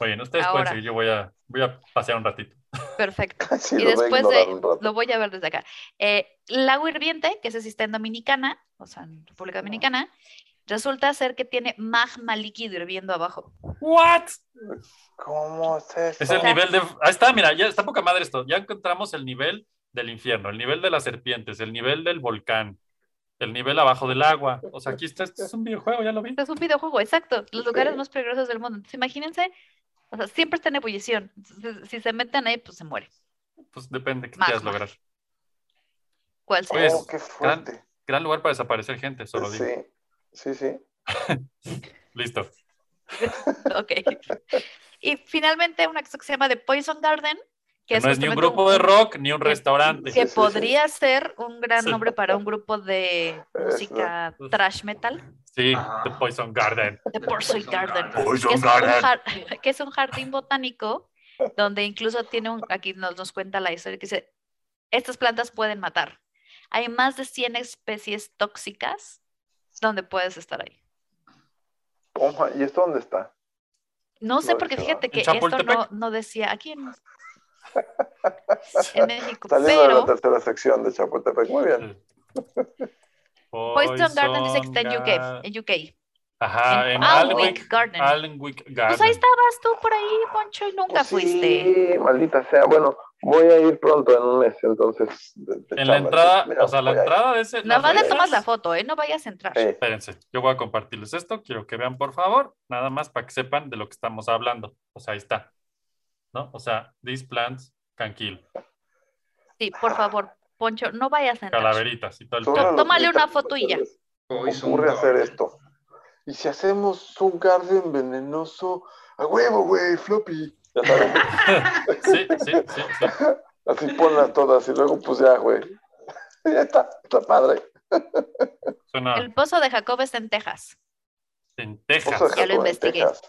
S1: Oye, no ustedes pueden
S8: Ahora.
S1: seguir, yo voy a, voy a pasear un ratito.
S8: Perfecto.
S7: Sí,
S8: Y
S7: lo voy a
S8: después
S7: ignorar
S8: de-
S7: un rato.
S8: Lo voy a ver desde acá. Eh, Lago Hirviente, que ese sí está en Dominicana, o sea, en República Dominicana, resulta ser que tiene magma líquido hirviendo abajo.
S1: What?
S7: ¿Cómo es eso?
S1: Es el nivel de. Ahí está, mira, ya está poca madre esto. Ya encontramos el nivel del infierno, el nivel de las serpientes, el nivel del volcán, el nivel abajo del agua. O sea, aquí está, esto es un videojuego, ya lo vi.
S8: Es un videojuego, exacto. Los lugares
S7: Sí.
S8: más peligrosos del mundo. Entonces, imagínense, o sea, siempre está en ebullición. Entonces, si se meten ahí, pues se muere.
S1: Pues depende qué
S8: Más,
S1: quieras
S8: más.
S1: lograr.
S8: ¿Cuál
S7: Oh,
S8: será?
S1: Pues,
S7: qué fuerte.
S1: Gran lugar para desaparecer gente, solo digo.
S7: Sí, sí, sí.
S1: Listo.
S8: Ok. Y finalmente, una cosa que se llama The Poison Garden, que es
S1: no es ni un
S8: justamente
S1: grupo de rock ni un
S8: que-
S1: restaurante.
S8: Que
S7: Sí, sí, sí.
S8: podría ser un gran
S1: Sí.
S8: nombre para un grupo de música
S1: Eso.
S8: trash metal.
S1: Sí,
S9: Ajá.
S1: The Poison Garden.
S8: The Pursuit Garden.
S6: Poison
S8: que es, un
S6: Garden.
S8: jar- que es un jardín botánico donde incluso tiene un, aquí nos, nos cuenta la historia que dice, estas plantas pueden matar. Hay más de 100 especies tóxicas donde puedes estar ahí.
S7: Toma, ¿y esto dónde está?
S8: No sé,
S7: Lo
S8: porque
S7: hizo.
S8: fíjate que
S1: ¿En
S8: esto no,
S1: Chapultepec?
S8: no decía aquí en, en México,
S7: Saliendo de la
S8: Pues pero
S7: tercera sección de Chapultepec. Muy bien.
S8: Poison Garden dice que está en UK,
S1: Gar-
S8: en UK,
S1: Ajá,
S8: en
S1: Ah, en
S8: Alnwick
S1: Alnwick,
S8: Garden.
S1: Alnwick Garden.
S8: Pues ahí estabas tú por ahí, Poncho, y nunca
S7: Pues
S8: fuiste.
S7: Sí, maldita sea. Bueno, voy a ir pronto en un mes, entonces. de- de
S1: En
S7: chamba,
S1: la entrada,
S7: mira,
S1: o sea, la
S7: voy a ir.
S1: entrada de ese.
S8: Nada más le
S1: de-
S8: tomas la foto, ¿eh? No vayas a entrar.
S7: Sí.
S1: Espérense, yo voy a compartirles esto, quiero que vean por favor, nada más para que sepan de lo que estamos hablando. O sea, ahí está. ¿No? O sea, these plants can kill.
S8: Sí, por favor, Poncho, no vayas a entrar.
S1: Calaveritas y todo el
S7: Solo
S1: pedo.
S7: a los
S8: tómale una
S7: británicos
S8: foto y ya.
S7: se les
S9: Poison
S7: Ocurre hacer
S9: Garden.
S7: esto. Y si hacemos un garden venenoso, a huevo, güey, floppy. Ya sabes,
S1: Sí, sí, sí, sí.
S7: así ponlas todas y luego pues ya, güey. Ya está, está padre.
S1: Suena
S8: El pozo de Jacob está en Texas.
S1: en
S7: Oso de
S1: Texas.
S8: Ya lo
S7: Jacob en
S8: investigué.
S7: Texas.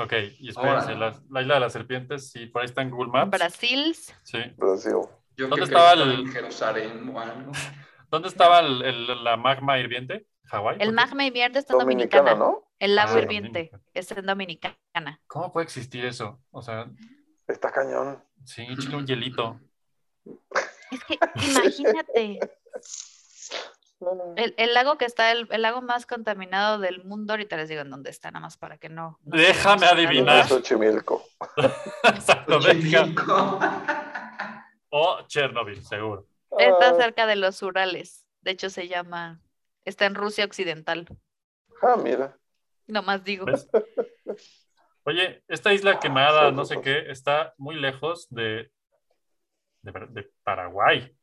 S1: Ok, y espérense,
S9: Ahora.
S1: las- la isla de las serpientes, sí, por ahí está en Google Maps.
S8: Brasil,
S1: Sí.
S7: Brasil.
S9: Yo
S1: ¿Dónde
S9: creo que
S1: estaba
S9: estaba
S1: el-
S9: en Jerusalén o algo.
S1: ¿Dónde estaba el- el- la magma hirviente? ¿Hawái?
S8: el
S1: ¿Por qué?
S8: magma y mierda está en
S7: Dominicana,
S8: Dominicana.
S7: ¿no?
S8: El lago
S1: Ah,
S8: hirviente
S1: Dominica.
S8: está en Dominicana.
S1: ¿Cómo puede existir eso? O sea,
S7: Está cañón.
S1: sí, échale un hielito.
S8: Es que imagínate,
S7: No, no.
S8: el, el lago que está, el, el lago más contaminado del mundo, ahorita les digo en dónde está, nada más para que no. no
S1: Déjame
S8: tengamos una
S1: adivinar.
S8: duda.
S7: Xochimilco.
S1: Exacto, Bélgica.
S9: Chico.
S1: O Chernobyl, seguro.
S8: Está
S7: Ah,
S8: cerca de los Urales. De hecho, se llama. Está en Rusia Occidental.
S7: Ah, mira.
S8: Nomás digo.
S1: ¿Ves? Oye, esta isla quemada,
S7: sí,
S1: no
S7: sí,
S1: sé
S7: sí.
S1: qué, está muy lejos de, de, Bra- de Paraguay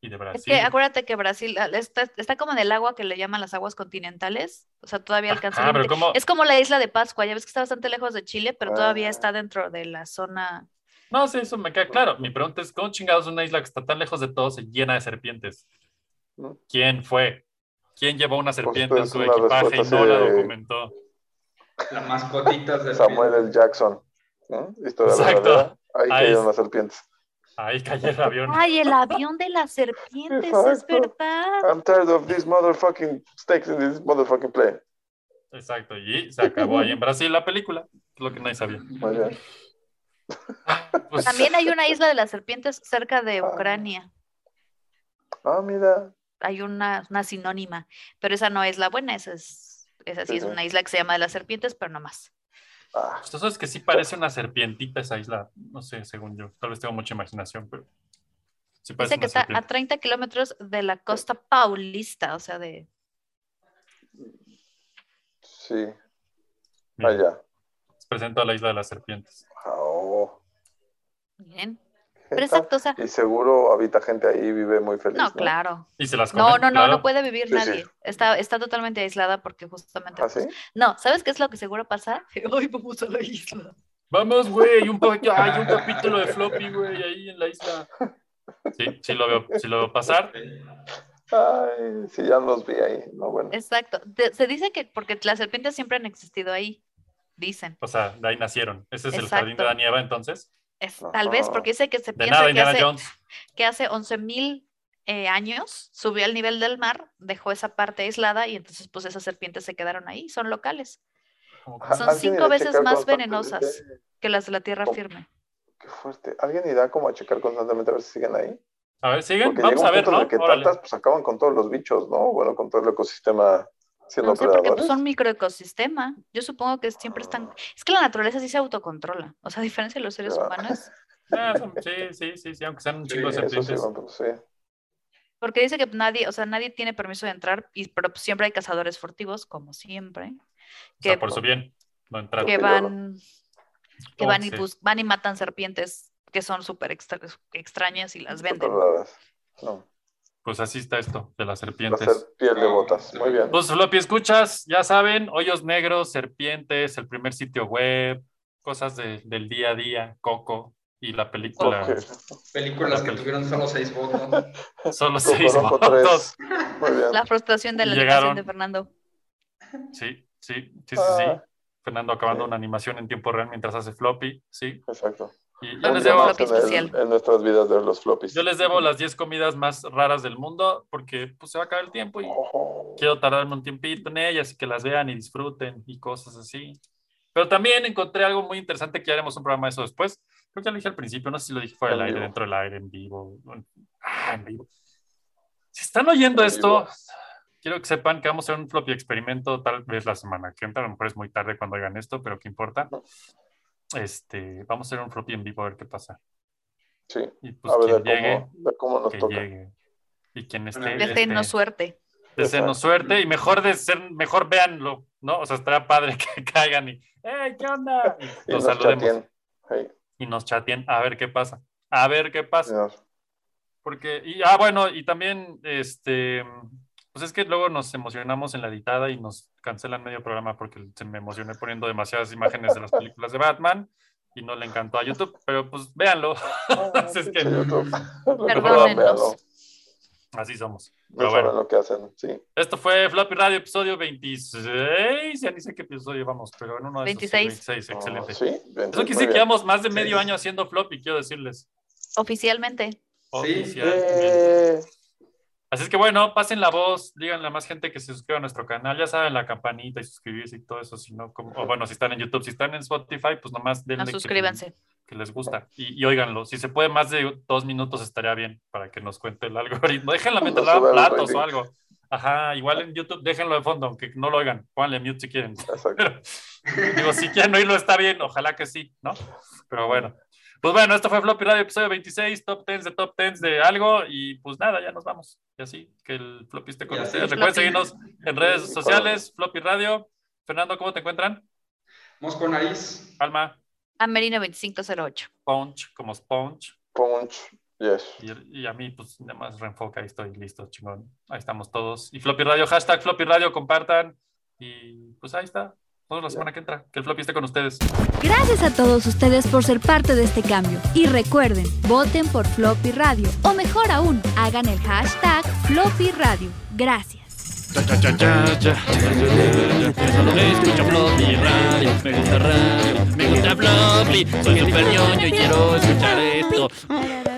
S1: y de
S8: Es
S1: Brasil.
S8: que acuérdate que Brasil ah, está, está como en el agua que le llaman las aguas continentales. O sea, todavía alcanza. el
S1: Ah, pero
S8: límite.
S1: ¿cómo?
S8: Es como la isla de Pascua. Ya ves que está bastante lejos de Chile, pero todavía
S7: Ah.
S8: está dentro de la zona.
S1: No, sí, eso me queda claro. Mi pregunta es, ¿cómo chingados una isla que está tan lejos de todo se llena de serpientes?
S7: ¿No?
S1: ¿Quién fue? ¿quién llevó una serpiente en
S7: es
S1: su
S7: una
S1: equipaje y
S7: respuesta
S1: no
S7: así
S1: la
S7: de-
S1: documentó?
S9: La mascotita de
S7: Samuel L. Jackson. ¿no? Historia
S1: Exacto.
S7: verdadera. Ahí
S1: Ahí
S7: cayeron
S1: es.
S7: las serpientes.
S1: Ahí cayó el avión.
S8: Ay, el avión de las serpientes, es
S7: Exacto.
S8: verdad.
S7: I'm tired of these motherfucking stakes in this motherfucking plane.
S1: Exacto, y se acabó ahí en Brasil la película. Es lo que nadie sabía.
S7: Muy bien.
S1: Pues,
S8: También hay una isla de las serpientes cerca de Ucrania.
S7: Ah, mira.
S8: Hay una, una sinónima, pero esa no es la buena. Esa es, esa sí
S7: Sí,
S8: es
S7: sí.
S8: una isla que se llama de las serpientes, pero no más.
S7: Ah,
S1: pues, tú sabes que sí parece una serpientita esa isla. No sé, según yo. Tal vez tengo mucha imaginación, pero sí parece
S8: Dice que
S1: una
S8: está a
S1: serpiente.
S8: 30 kilómetros de la costa paulista, o sea, de...
S7: sí.
S1: Mira,
S7: Allá.
S1: Les presento a la isla de las serpientes.
S7: Ah, oh.
S8: Bien.
S7: Gente-
S8: Pero exacto, o sea,
S7: Y seguro habita gente ahí y vive muy feliz.
S8: no, claro.
S1: Y se las comen.
S8: No, no, no,
S1: claro.
S8: no puede vivir
S7: Sí, sí.
S8: nadie. Está, está totalmente aislada porque justamente...
S7: ¿Ah, sí?
S8: No, ¿sabes qué es lo que seguro pasa? Hoy vamos a la isla.
S1: Vamos, güey, un, pa- ay, un capítulo de floppy, güey, ahí en la isla. Sí, sí lo veo, sí lo veo pasar.
S7: Ay, sí, ya los vi ahí. No, bueno.
S8: Exacto. De- se dice que porque las serpientes siempre han existido ahí, dicen.
S1: O sea, de ahí nacieron. Ese es el
S8: Exacto.
S1: jardín de la nieva, entonces.
S8: Es- tal vez
S7: Ajá.
S8: porque dice que se
S1: De
S8: piensa
S1: nada,
S8: que
S1: Indiana
S8: hace,
S1: Jones.
S8: que hace 11.000 eh, años subió al nivel del mar, dejó esa parte aislada y entonces pues esas serpientes se quedaron ahí, son locales.
S1: Como que-
S7: Ah,
S8: son
S7: alguien
S8: cinco
S7: irá a
S8: veces
S7: checar
S8: más
S7: constantemente.
S8: venenosas. que las de la tierra
S7: Oh.
S8: firme.
S7: Qué fuerte. ¿Alguien irá como a checar constantemente a ver si siguen ahí?
S1: A ver, siguen.
S7: Porque
S1: Vamos
S7: llega
S1: a
S7: un
S1: ver,
S7: punto en
S1: ¿no?
S7: el que
S1: Órale.
S7: tantas pues acaban con todos los bichos, ¿no? Bueno, con todo el ecosistema siendo
S8: No sé, porque
S7: predadores.
S8: pues, son microecosistema. Yo supongo que siempre están... Es que la naturaleza sí se autocontrola. O sea, a diferencia de los seres
S7: Ah.
S8: humanos.
S1: Ah, son- sí, sí, sí, sí, aunque sean un chingo de
S9: Sí,
S7: Sí, eso sí,
S1: serpientes.
S7: bueno, pues, sí.
S8: Porque dice que nadie, o sea, nadie tiene permiso de entrar, y, pero siempre hay cazadores furtivos, como siempre,
S1: O sea,
S8: que-
S1: por su bien, no entrar.
S8: que
S7: Claro.
S8: van, que
S1: Oh,
S8: van, y,
S1: sí.
S8: bus- van y matan serpientes que son súper extra- extrañas y las venden.
S7: Súper raras. No,
S1: Pues así está esto de las
S7: va a
S1: serpientes.
S7: ser piel de botas. Muy bien.
S1: Pues Floppy, escuchas, ya saben, hoyos negros, serpientes, el primer sitio web, cosas de- del día a día, coco, y la película.
S7: Ok.
S9: Películas que tuvieron solo seis votos.
S1: Solo seis
S7: Conozco
S1: votos.
S7: tres. Muy bien.
S8: La frustración de la
S1: Llegaron.
S8: educación de Fernando.
S1: Sí, sí, sí, sí, sí.
S7: Ah.
S1: Fernando acabando
S7: Sí.
S1: una animación en tiempo real mientras hace floppy, sí.
S7: Exacto.
S1: Y yo
S7: Un
S1: les
S7: día
S1: debo,
S7: más en, el-
S8: especial.
S7: en nuestras vidas de los floppies.
S1: yo les debo las 10 comidas más raras del mundo porque pues, se va a acabar el tiempo y
S7: Ojo.
S1: quiero tardarme un tiempito en ellas y que las vean y disfruten y cosas así. Pero también encontré algo muy interesante que haremos un programa de eso después. Creo que ya lo dije al principio, no sé si lo dije fuera del
S7: En
S1: aire,
S7: vivo.
S1: dentro del aire, en vivo. Ah, en vivo. Si están oyendo
S7: En
S1: esto,
S7: vivo.
S1: quiero que sepan que vamos a hacer un floppy experimento tal vez la semana que entra. A lo mejor es muy tarde cuando oigan esto, pero qué importa. Este, vamos a hacer un floppy en vivo a ver qué pasa.
S7: Sí,
S1: Y pues
S7: a ver
S1: quien
S7: de
S1: llegue,
S7: cómo, de cómo nos
S1: que
S7: toca.
S1: llegue. Y quien esté.
S9: Bueno,
S1: este,
S8: Deseennos suerte.
S1: Deseenos suerte y mejor de ser, mejor véanlo, ¿no? O sea, estará padre que caigan y, ¡eh, qué onda!
S7: Y
S1: Y nos
S7: nos
S1: saludemos
S7: chateen. Hey,
S1: y nos chateen a ver qué pasa, a ver qué pasa.
S7: señor.
S1: Porque, y, ah, bueno, y también, este, pues es que luego nos emocionamos en la editada y nos cancelan medio programa porque se me emocioné poniendo demasiadas imágenes de las películas de Batman y no le encantó a YouTube, pero pues véanlo, Así es que-
S7: Ah, Sí, YouTube. Lo que puedan, véanlo.
S8: Perdónenos.
S1: así somos.
S7: No
S1: Pero
S7: saben
S1: bueno,
S7: lo que hacen. Sí,
S1: esto fue Floppy Radio, episodio 26, ya ni sé qué episodio vamos, pero en uno de esos sí,
S8: 26.
S1: 26, excelente.
S7: Ah, sí, bien,
S1: Eso
S7: sí,
S1: que
S7: muy
S1: sí
S7: bien.
S1: quedamos más de
S9: Sí.
S1: medio año haciendo floppy, quiero decirles.
S8: Oficialmente.
S1: Oficialmente.
S7: Eh,
S1: Así es que bueno, pasen la voz, díganle a más gente que se suscriba a nuestro canal, ya saben, la campanita y suscribirse y todo eso, si no, como- o bueno, si están en YouTube, si están en Spotify, pues nomás denle
S8: No,
S1: que-
S8: suscríbanse.
S1: Que, les gusta y, y óiganlo, si se puede más de dos minutos estaría bien para que nos cuente el algoritmo, déjenla
S7: Nos
S1: mientras lavan
S7: sube el
S1: platos o
S7: rating.
S1: algo. Ajá, igual en YouTube déjenlo de fondo, aunque no lo oigan, pónganle mute si quieren.
S7: Exacto.
S1: Pero, digo, si quieren oírlo está bien, ojalá que sí, ¿no? Pero bueno. Pues bueno, esto fue Floppy Radio, episodio 26, top 10 de top 10 de algo. Y pues nada, ya nos vamos. Y así, que el floppy esté con
S9: Y así,
S1: ustedes. Recuerden
S8: floppy.
S1: seguirnos en redes sociales, Floppy Radio. Fernando, ¿cómo te encuentran?
S9: Mosco Nariz.
S1: Alma,
S8: Amerino 2508.
S1: Punch, como Sponge.
S7: Punch. Yes.
S1: Y, y a mí, pues nada más reenfoca, ahí estoy listo, chingón. Ahí estamos todos. Y Floppy Radio, hashtag Floppy Radio, compartan. Y pues ahí está. Toda la semana que entra. Que el floppy esté con ustedes.
S5: Gracias a todos ustedes por ser parte de este cambio. Y recuerden, voten por Floppy Radio. O mejor aún, hagan el hashtag Floppy Radio. Gracias.
S11: Escucho Floppy Radio, me gusta radio, me gusta Floppy, soy super ñoño y quiero escuchar esto.